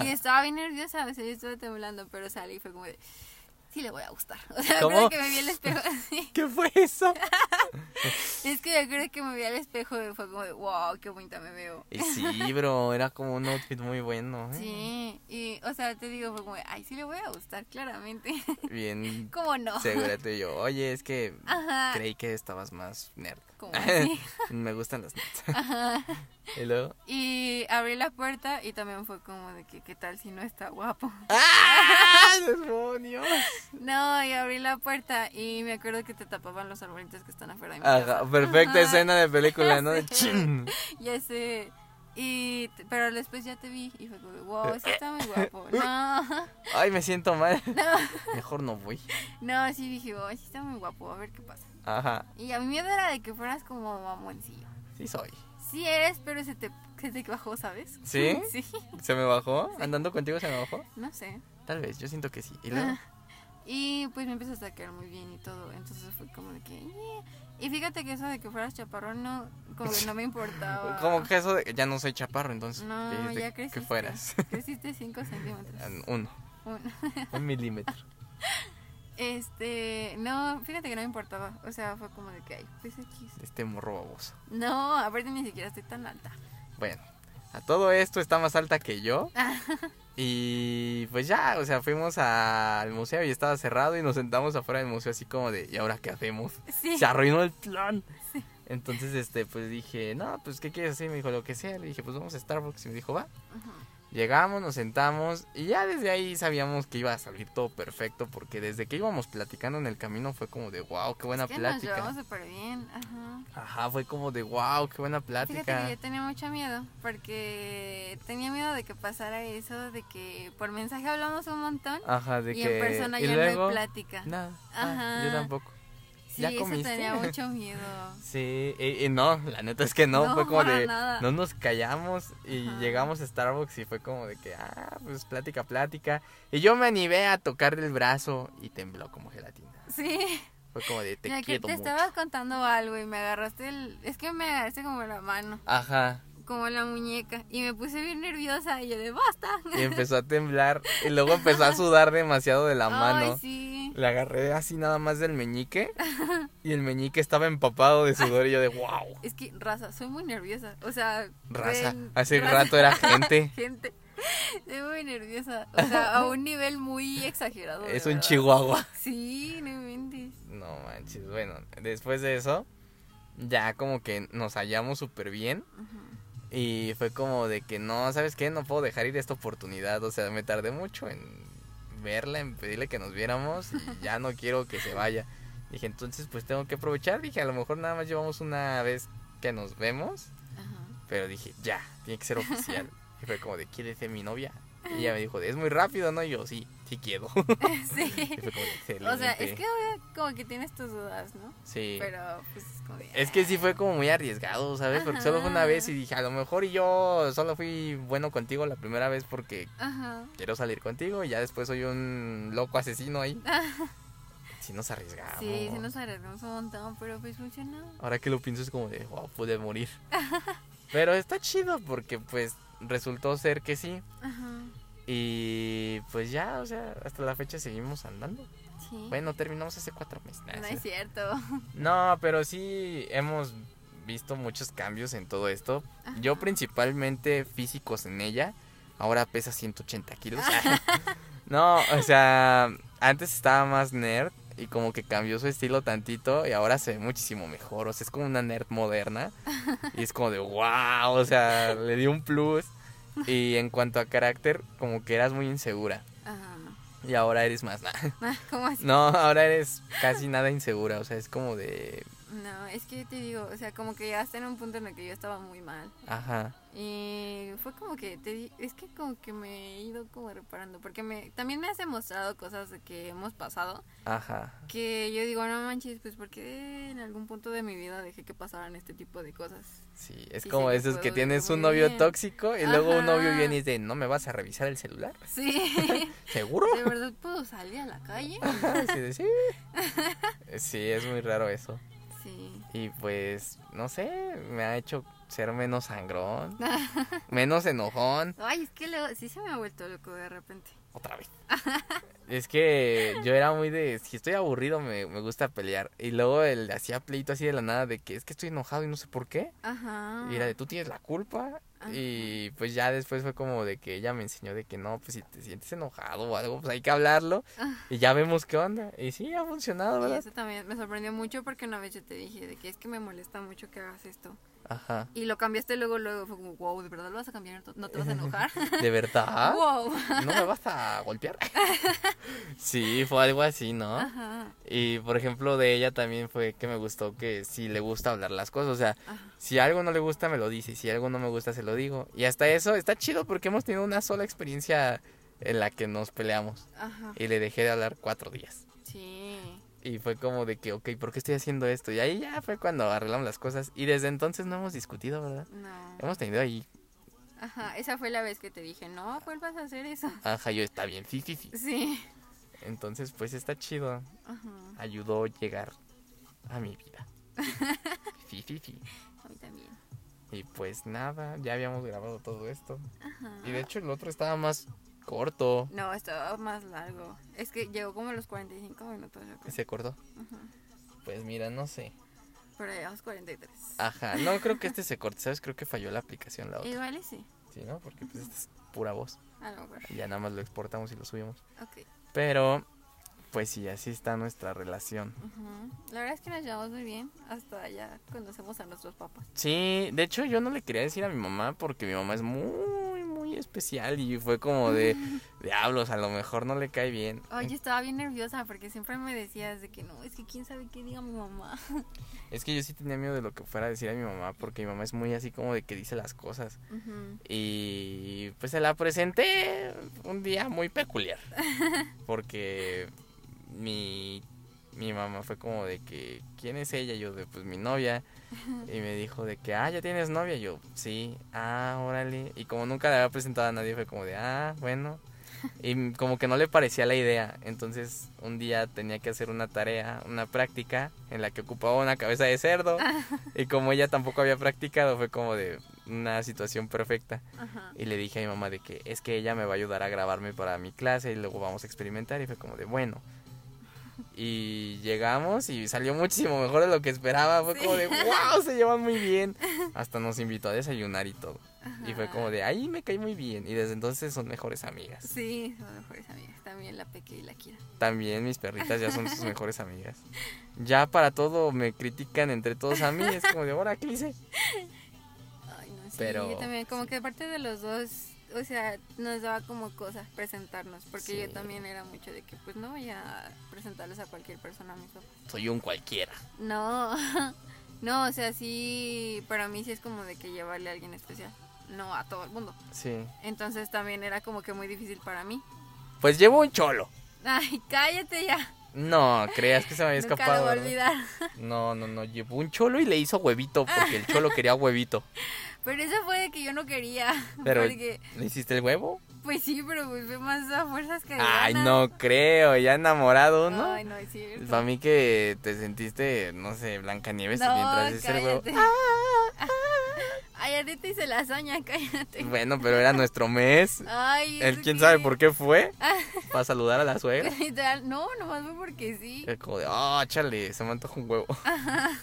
S2: Y estaba bien nerviosa, o sea, yo estaba temblando, pero salí y fue como de, sí le voy a gustar. O sea,
S1: ¿Cómo?
S2: creo que me vi al espejo así.
S1: ¿Qué fue eso?
S2: Es que yo creo que me vi al espejo y fue como de, wow, qué bonita me veo.
S1: Y Eh, sí, bro, era como un outfit muy bueno. ¿eh?
S2: Sí, y, o sea, te digo, fue como, de, ay, sí le voy a gustar, claramente.
S1: Bien
S2: ¿Cómo no?
S1: segura tú y yo. Oye, es que
S2: Ajá.
S1: creí que estabas más nerd.
S2: Como así.
S1: me gustan las nerds. Y luego...
S2: Y abrí la puerta y también fue como de que, ¿qué tal si no está guapo?
S1: ¡Ah! ¡Demonios!
S2: No, y abrí la puerta y me acuerdo que te tapaban los arbolitos que están afuera de mi
S1: Ajá,
S2: casa.
S1: perfecta
S2: Ajá,
S1: escena de película, ¿no? De
S2: Sí.
S1: chin.
S2: Ya sé. Y, t- pero después ya te vi y fue como, wow, sí está muy guapo. No,
S1: Ay, me siento mal.
S2: no,
S1: Mejor no voy.
S2: no, sí dije, wow, sí está muy guapo, a ver qué pasa.
S1: Ajá,
S2: Y a mi miedo era de que fueras como mamoncillo.
S1: sí soy.
S2: Sí eres, pero se te, se te bajó, ¿sabes?
S1: ¿Sí?
S2: Sí,
S1: ¿Se me bajó? ¿Andando contigo se me bajó?
S2: no sé.
S1: Tal vez, yo siento que sí. Y luego,
S2: Y pues me empezó a sacar muy bien y todo. Entonces fue como de que. "Yeah". Y fíjate que eso de que fueras chaparrón no, como que no me importaba.
S1: como que eso de- ya no soy chaparro, entonces
S2: Ah. No,
S1: dijiste
S2: ya creciste.
S1: que fueras. Ah,
S2: Creciste 5 centímetros.
S1: Uno,
S2: Un-
S1: un milímetro.
S2: Este. No, fíjate que no me importaba. O sea, fue como de que, ay, pues aquí. es-
S1: Este morro baboso.
S2: No, aparte ni siquiera estoy tan alta.
S1: Bueno, a todo esto está más alta que yo. Y pues ya, o sea, fuimos al museo y estaba cerrado y nos sentamos afuera del museo así como de, ¿y ahora qué hacemos?
S2: Sí.
S1: Se arruinó el plan. Entonces, este, pues dije, no, pues, ¿qué quieres hacer? Me dijo, lo que sea. Le dije, pues vamos a Starbucks. Y me dijo, va. Llegamos, nos sentamos y ya desde ahí sabíamos que iba a salir todo perfecto porque desde que íbamos platicando en el camino fue como de, wow, qué buena
S2: Es que nos
S1: plática.
S2: llevamos súper bien. Ajá.
S1: Ajá, fue como de, wow, qué buena
S2: Fíjate
S1: plática.
S2: que yo tenía mucho miedo porque tenía miedo de que pasara eso, de que por mensaje hablamos un montón
S1: Ajá, Ah, de
S2: y
S1: que...
S2: en persona
S1: y
S2: ya no
S1: luego-
S2: hay plática.
S1: Nada, ah,
S2: Ajá.
S1: yo tampoco.
S2: Sí,
S1: ¿Ya
S2: eso
S1: comiste?
S2: tenía mucho miedo.
S1: Sí, y, y no, la neta es que no,
S2: No,
S1: fue como
S2: para
S1: de,
S2: nada.
S1: no nos callamos y
S2: Ajá.
S1: llegamos a Starbucks y fue como de que, ah, pues plática, plática. Y yo me animé a tocar el brazo y tembló como gelatina.
S2: Sí,
S1: Fue como de, te
S2: ya que
S1: quiero
S2: te
S1: mucho.
S2: estabas contando algo y me agarraste el... Es que me agarraste como la mano.
S1: Ajá,
S2: como la muñeca. Y me puse bien nerviosa y yo de basta.
S1: Y empezó a temblar. Y luego empezó a sudar demasiado de la mano.
S2: Ay, sí.
S1: Le agarré así nada más del meñique. Y el meñique estaba empapado de sudor. Y yo de wow.
S2: Es que raza, soy muy nerviosa. O sea,
S1: Raza.
S2: ven,
S1: Hace
S2: raza,
S1: rato era gente.
S2: gente. Soy muy nerviosa. O sea, a un nivel muy exagerado. de
S1: Es un
S2: verdad.
S1: chihuahua.
S2: Sí, no inventes.
S1: No manches. Bueno, después de eso, ya como que nos hallamos súper bien. Y fue como de que no, ¿sabes qué? No puedo dejar ir esta oportunidad. O sea, me tardé mucho en verla, en pedirle que nos viéramos y ya no quiero que se vaya. Dije, entonces pues tengo que aprovechar. Dije, a lo mejor nada más llevamos una vez que nos vemos.
S2: Ajá.
S1: Pero dije, ya, tiene que ser oficial. Y fue como de, ¿quieres ser mi novia? Y ella me dijo, es muy rápido, ¿no? Y yo, sí, sí quiero.
S2: Sí.
S1: Y fue como de,
S2: O sea, es
S1: "Excelente".
S2: que obvio, como que tienes tus dudas, ¿no?
S1: Sí.
S2: Pero pues es como de,
S1: Es que sí fue como muy arriesgado, ¿sabes? Porque solo fue una
S2: Ajá.
S1: vez y dije, a lo mejor yo solo fui bueno contigo la primera vez porque
S2: Ajá.
S1: quiero salir contigo y ya después soy un loco asesino ahí. Sí nos arriesgamos.
S2: Sí, sí nos arriesgamos un montón, pero pues funcionó.
S1: Ahora que lo pienso es como de, wow, pude morir. Pero está chido porque pues resultó ser que sí.
S2: Ajá.
S1: Y pues ya, o sea, hasta la fecha seguimos andando.
S2: Sí.
S1: Bueno, terminamos hace cuatro meses. Nah,
S2: no
S1: sí.
S2: es cierto.
S1: No, pero sí hemos visto muchos cambios en todo esto. Yo principalmente físicos en ella. Ahora pesa 180 kilos. no, o sea, antes estaba más nerd y como que cambió su estilo tantito y ahora se ve muchísimo mejor. O sea, es como una nerd moderna y es como de wow, o sea, le dio un plus. Y en cuanto a carácter, como que eras muy insegura
S2: Ajá, no.
S1: y ahora eres más nada.
S2: Ah, ¿Cómo así?
S1: No, ahora eres casi nada insegura, o sea, es como de...
S2: No, es que te digo, o sea, como que llegaste en un punto en el que yo estaba muy mal.
S1: Ajá.
S2: Y fue como que te di- es que como que me he ido como reparando, porque me también me has demostrado cosas de que hemos pasado,
S1: Ajá.
S2: que yo digo, no manches, pues porque en algún punto de mi vida dejé que pasaran este tipo de cosas.
S1: Sí, es
S2: Sí,
S1: como
S2: se me
S1: esos que
S2: fue
S1: tienes
S2: muy
S1: un novio
S2: bien.
S1: tóxico y luego un novio
S2: Ajá.
S1: viene y dice, ¿no me vas a revisar el celular?
S2: Sí,
S1: ¿Seguro?
S2: de verdad puedo salir a la calle.
S1: Ajá, sí, de- sí. Sí, es muy raro eso.
S2: Sí.
S1: Y pues, no sé, me ha hecho ser menos sangrón, menos enojón,
S2: Ay, es que luego sí se me ha vuelto loco de repente.
S1: otra vez. Es que yo era muy de, si estoy aburrido me, me gusta pelear. Y luego él hacía pleito así de la nada de que es que estoy enojado y no sé por qué.
S2: Ajá.
S1: Y era de tú tienes la culpa.
S2: Ah. Ajá.
S1: Y pues ya después fue como de que ella me enseñó de que no, pues si te sientes enojado o algo, pues hay que hablarlo. Y ya vemos qué onda. Y sí, ha funcionado,
S2: Y
S1: ¿verdad?
S2: eso también me sorprendió mucho porque una vez yo te dije de que es que me molesta mucho que hagas esto.
S1: Ajá.
S2: Y lo cambiaste luego, luego fue como, wow, ¿de verdad lo vas a cambiar? ¿No te vas a enojar?
S1: De verdad.
S2: Wow.
S1: No me vas a golpear. sí, fue algo así, ¿no?
S2: Ajá.
S1: Y por ejemplo, de ella también fue que me gustó que sí le gusta hablar las cosas. O sea,
S2: Ajá.
S1: si algo no le gusta, me lo dice. Y si algo no me gusta, se lo digo. Y hasta eso está chido porque hemos tenido una sola experiencia en la que nos peleamos.
S2: Ajá.
S1: Y le dejé de hablar cuatro días.
S2: Sí.
S1: Y fue como de que, ok, ¿por qué estoy haciendo esto? Y ahí ya fue cuando arreglamos las cosas. Y desde entonces no hemos discutido, ¿verdad?
S2: No.
S1: Hemos tenido ahí,
S2: Ajá. Esa fue la vez que te dije, no vuelvas a hacer eso.
S1: ajá, yo está bien, sí, sí, sí.
S2: Sí.
S1: Entonces, pues está chido.
S2: Ajá.
S1: Ayudó llegar a mi vida. Sí, sí, sí.
S2: A mí también.
S1: Y pues nada, ya habíamos grabado todo esto.
S2: Ajá.
S1: Y de hecho, el otro estaba más corto.
S2: No, estaba más largo. Es que llegó como a los 45 minutos, yo
S1: ¿Y
S2: creo.
S1: se cortó?
S2: Ajá.
S1: Pues mira, no sé.
S2: Pero llegamos 43.
S1: Ajá, no creo que este se corte, ¿sabes? Creo que falló la aplicación la otra.
S2: Igual y sí.
S1: Sí, ¿no? Porque pues esta es pura voz.
S2: A lo mejor.
S1: Y ya nada más lo exportamos y lo subimos.
S2: Ok.
S1: Pero, pues sí, así está nuestra relación.
S2: Ujú. La verdad es que nos llevamos muy bien hasta ya conocemos a nuestros papás.
S1: Sí, de hecho yo no le quería decir a mi mamá porque mi mamá es muy, muy especial y fue como de, diablos, a lo mejor no le cae bien.
S2: Ay, yo estaba bien nerviosa porque siempre me decías de que no, es que quién sabe qué diga mi mamá.
S1: Es que yo sí tenía miedo de lo que fuera a decir a mi mamá porque mi mamá es muy así como de que dice las cosas.
S2: Ujú.
S1: Y pues se la presenté un día muy peculiar. Porque mi, mi mamá fue como de que, ¿quién es ella? Yo de, pues mi novia. Y me dijo de que, ah, ya tienes novia. Yo, sí, ah, órale. Y como nunca la había presentado a nadie, fue como de, ah, bueno. Y como que no le parecía la idea. Entonces un día tenía que hacer una tarea, una práctica, en la que ocupaba una cabeza de cerdo. Y como ella tampoco había practicado, fue como de, una situación perfecta.
S2: Ajá.
S1: Y le dije a mi mamá de que es que ella me va a ayudar a grabarme para mi clase y luego vamos a experimentar. Y fue como de bueno. Y llegamos y salió muchísimo mejor de lo que esperaba. Fue
S2: Sí.
S1: como de wow, se llevan muy bien. Hasta nos invitó a desayunar y todo. Y fue como de ahí me caí muy bien. Y desde entonces son mejores amigas.
S2: Sí, son mejores amigas. También la Peque y la Kira.
S1: También mis perritas ya son sus mejores amigas. Ya para todo me critican entre todos a mí. Es como de ahora, ¿qué hice?
S2: Ay, no sé.
S1: Pero-
S2: Yo también, como que aparte de los dos, o sea, nos daba como cosa presentarnos. Porque
S1: Sí.
S2: yo también era mucho de que, pues no voy a presentarles a cualquier persona a mis papás.
S1: Soy un cualquiera.
S2: No, no, o sea, sí, para mí sí es como de que llevarle a alguien especial. No a todo el mundo.
S1: Sí.
S2: Entonces también era como que muy difícil para mí.
S1: Pues llevo un cholo.
S2: Ay, cállate ya.
S1: No, creas que se me había
S2: Nunca
S1: escapado.
S2: lo voy a
S1: ¿verdad?
S2: olvidar.
S1: No, no, no, llevó un cholo y le hizo huevito porque el cholo quería huevito.
S2: Pero eso fue de que yo no quería.
S1: Pero
S2: Porque,
S1: ¿le hiciste el huevo?
S2: pues sí, pero pues fue más a fuerzas que. de
S1: Ay,
S2: ganas.
S1: no creo, ya enamorado, ¿no?
S2: Ay, no es cierto.
S1: Para mí que te sentiste, no sé, Blancanieves mientras hiciste el huevo.
S2: cállate. Ay, ahorita hice lasaña, cállate.
S1: Bueno, pero era nuestro mes.
S2: Ay,
S1: Él quién sabe por qué fue. Para saludar a la suegra.
S2: Literal, no, nomás fue porque sí.
S1: Es como de, ah, chale, se me antoja un huevo.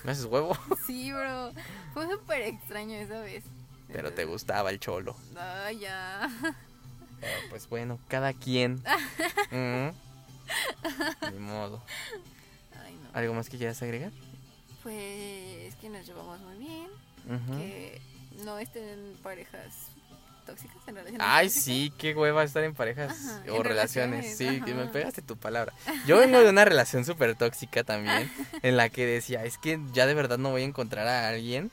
S1: ¿Me haces huevo?
S2: Sí, bro. Fue súper extraño esa vez.
S1: Pero te gustaba el cholo.
S2: Ay, ya.
S1: Pero, pues bueno, cada quien. Mm. Ni modo.
S2: Ay, no.
S1: ¿Algo más que quieras agregar?
S2: Pues que nos llevamos muy bien.
S1: Ujú.
S2: Que no estén parejas tóxicas en relación.
S1: Ay, sí, qué hueva estar en parejas
S2: Ajá,
S1: o
S2: en
S1: relaciones.
S2: relaciones,
S1: Sí, que me
S2: ajá.
S1: pegaste tu palabra. Yo vengo de una relación súper tóxica también, en la que decía, es que ya de verdad no voy a encontrar a alguien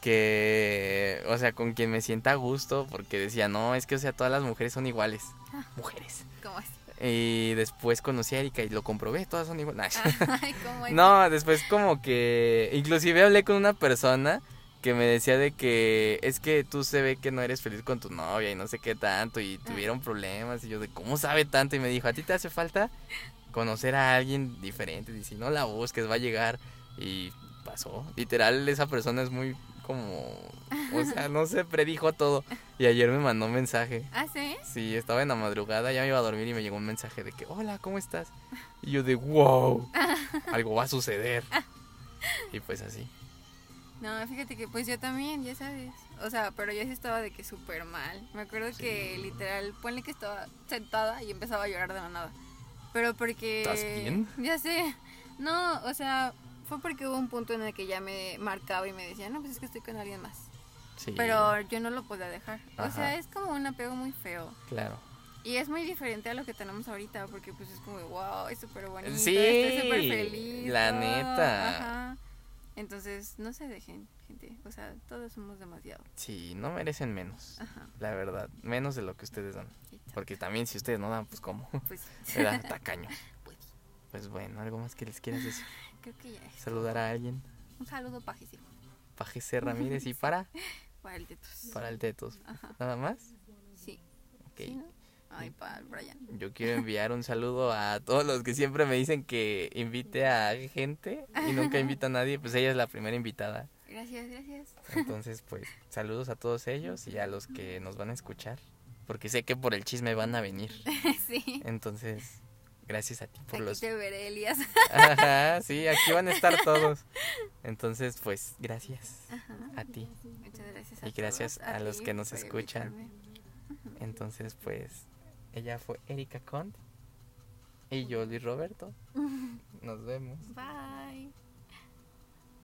S1: que, o sea, con quien me sienta a gusto, porque decía, no, es que, o sea, todas las mujeres son iguales.
S2: Ah.
S1: Mujeres.
S2: ¿Cómo así?
S1: Y después conocí a Erika y lo comprobé, todas son iguales.
S2: Ah,
S1: Nah.
S2: Ay, ¿cómo así?
S1: No, después como que inclusive hablé con una persona que me decía de que es que tú se ve que no eres feliz con tu novia y no sé qué tanto y tuvieron problemas y yo de cómo sabe tanto y me dijo, "A ti te hace falta conocer a alguien diferente y si no la busques va a llegar." Y pasó. Literal esa persona es muy como o sea, no se predijo todo y ayer me mandó un mensaje.
S2: ¿Ah, sí?
S1: Sí, estaba en la madrugada, ya me iba a dormir y me llegó un mensaje de que, hola, ¿cómo estás? Y yo de, wow, algo va a suceder. Y pues así.
S2: No, fíjate que pues yo también, ya sabes. O sea, pero yo sí estaba de que súper mal. Me acuerdo que literal, ponle que estaba sentada y empezaba a llorar de la nada. Pero porque...
S1: ¿Estás bien?
S2: Ya sé. No, o sea, fue porque hubo un punto en el que ya me marcaba y me decía, no, pues es que estoy con alguien más.
S1: Sí,
S2: Pero yo no lo podía dejar. O
S1: Ajá.
S2: sea, es como un apego muy feo.
S1: claro.
S2: Y es muy diferente a lo que tenemos ahorita, porque pues es como, wow, es súper bonito,
S1: Sí,
S2: estoy súper feliz.
S1: la
S2: wow,
S1: neta.
S2: Ajá. Entonces, no se dejen, gente. O sea, todos somos demasiado.
S1: Sí, no merecen menos,
S2: Ajá.
S1: la verdad, menos de lo que ustedes dan.
S2: y ya,
S1: Porque también si ustedes no dan, pues cómo.
S2: Pues,
S1: Era tacaño.
S2: pues,
S1: Pues bueno, algo más que les quieras decir.
S2: creo que ya es.
S1: Saludar a alguien.
S2: Un saludo pajísimo
S1: Pajese Ramírez y para,
S2: para el tetus.
S1: para el tetos. Nada más.
S2: Sí.
S1: Ok. Mm.
S2: ¿Sí, no? Ay, para el Brian.
S1: Yo quiero enviar un saludo a todos los que siempre me dicen que invite a gente y nunca invito a nadie, pues ella es la primera invitada.
S2: Gracias, gracias.
S1: Entonces, pues saludos a todos ellos y a los que nos van a escuchar, porque sé que por el chisme van a venir.
S2: sí.
S1: Entonces, gracias a ti Eh, por
S2: Aquí
S1: los...
S2: te veré, Elías.
S1: Ajá, sí, aquí van a estar todos. Entonces, pues gracias a ti.
S2: Muchas gracias a
S1: Y gracias
S2: todos,
S1: a los
S2: ti
S1: que nos
S2: por
S1: escuchan.
S2: invitarme.
S1: Entonces, pues ella fue Erika Conde y yo Luis Roberto. Nos vemos.
S2: Bye.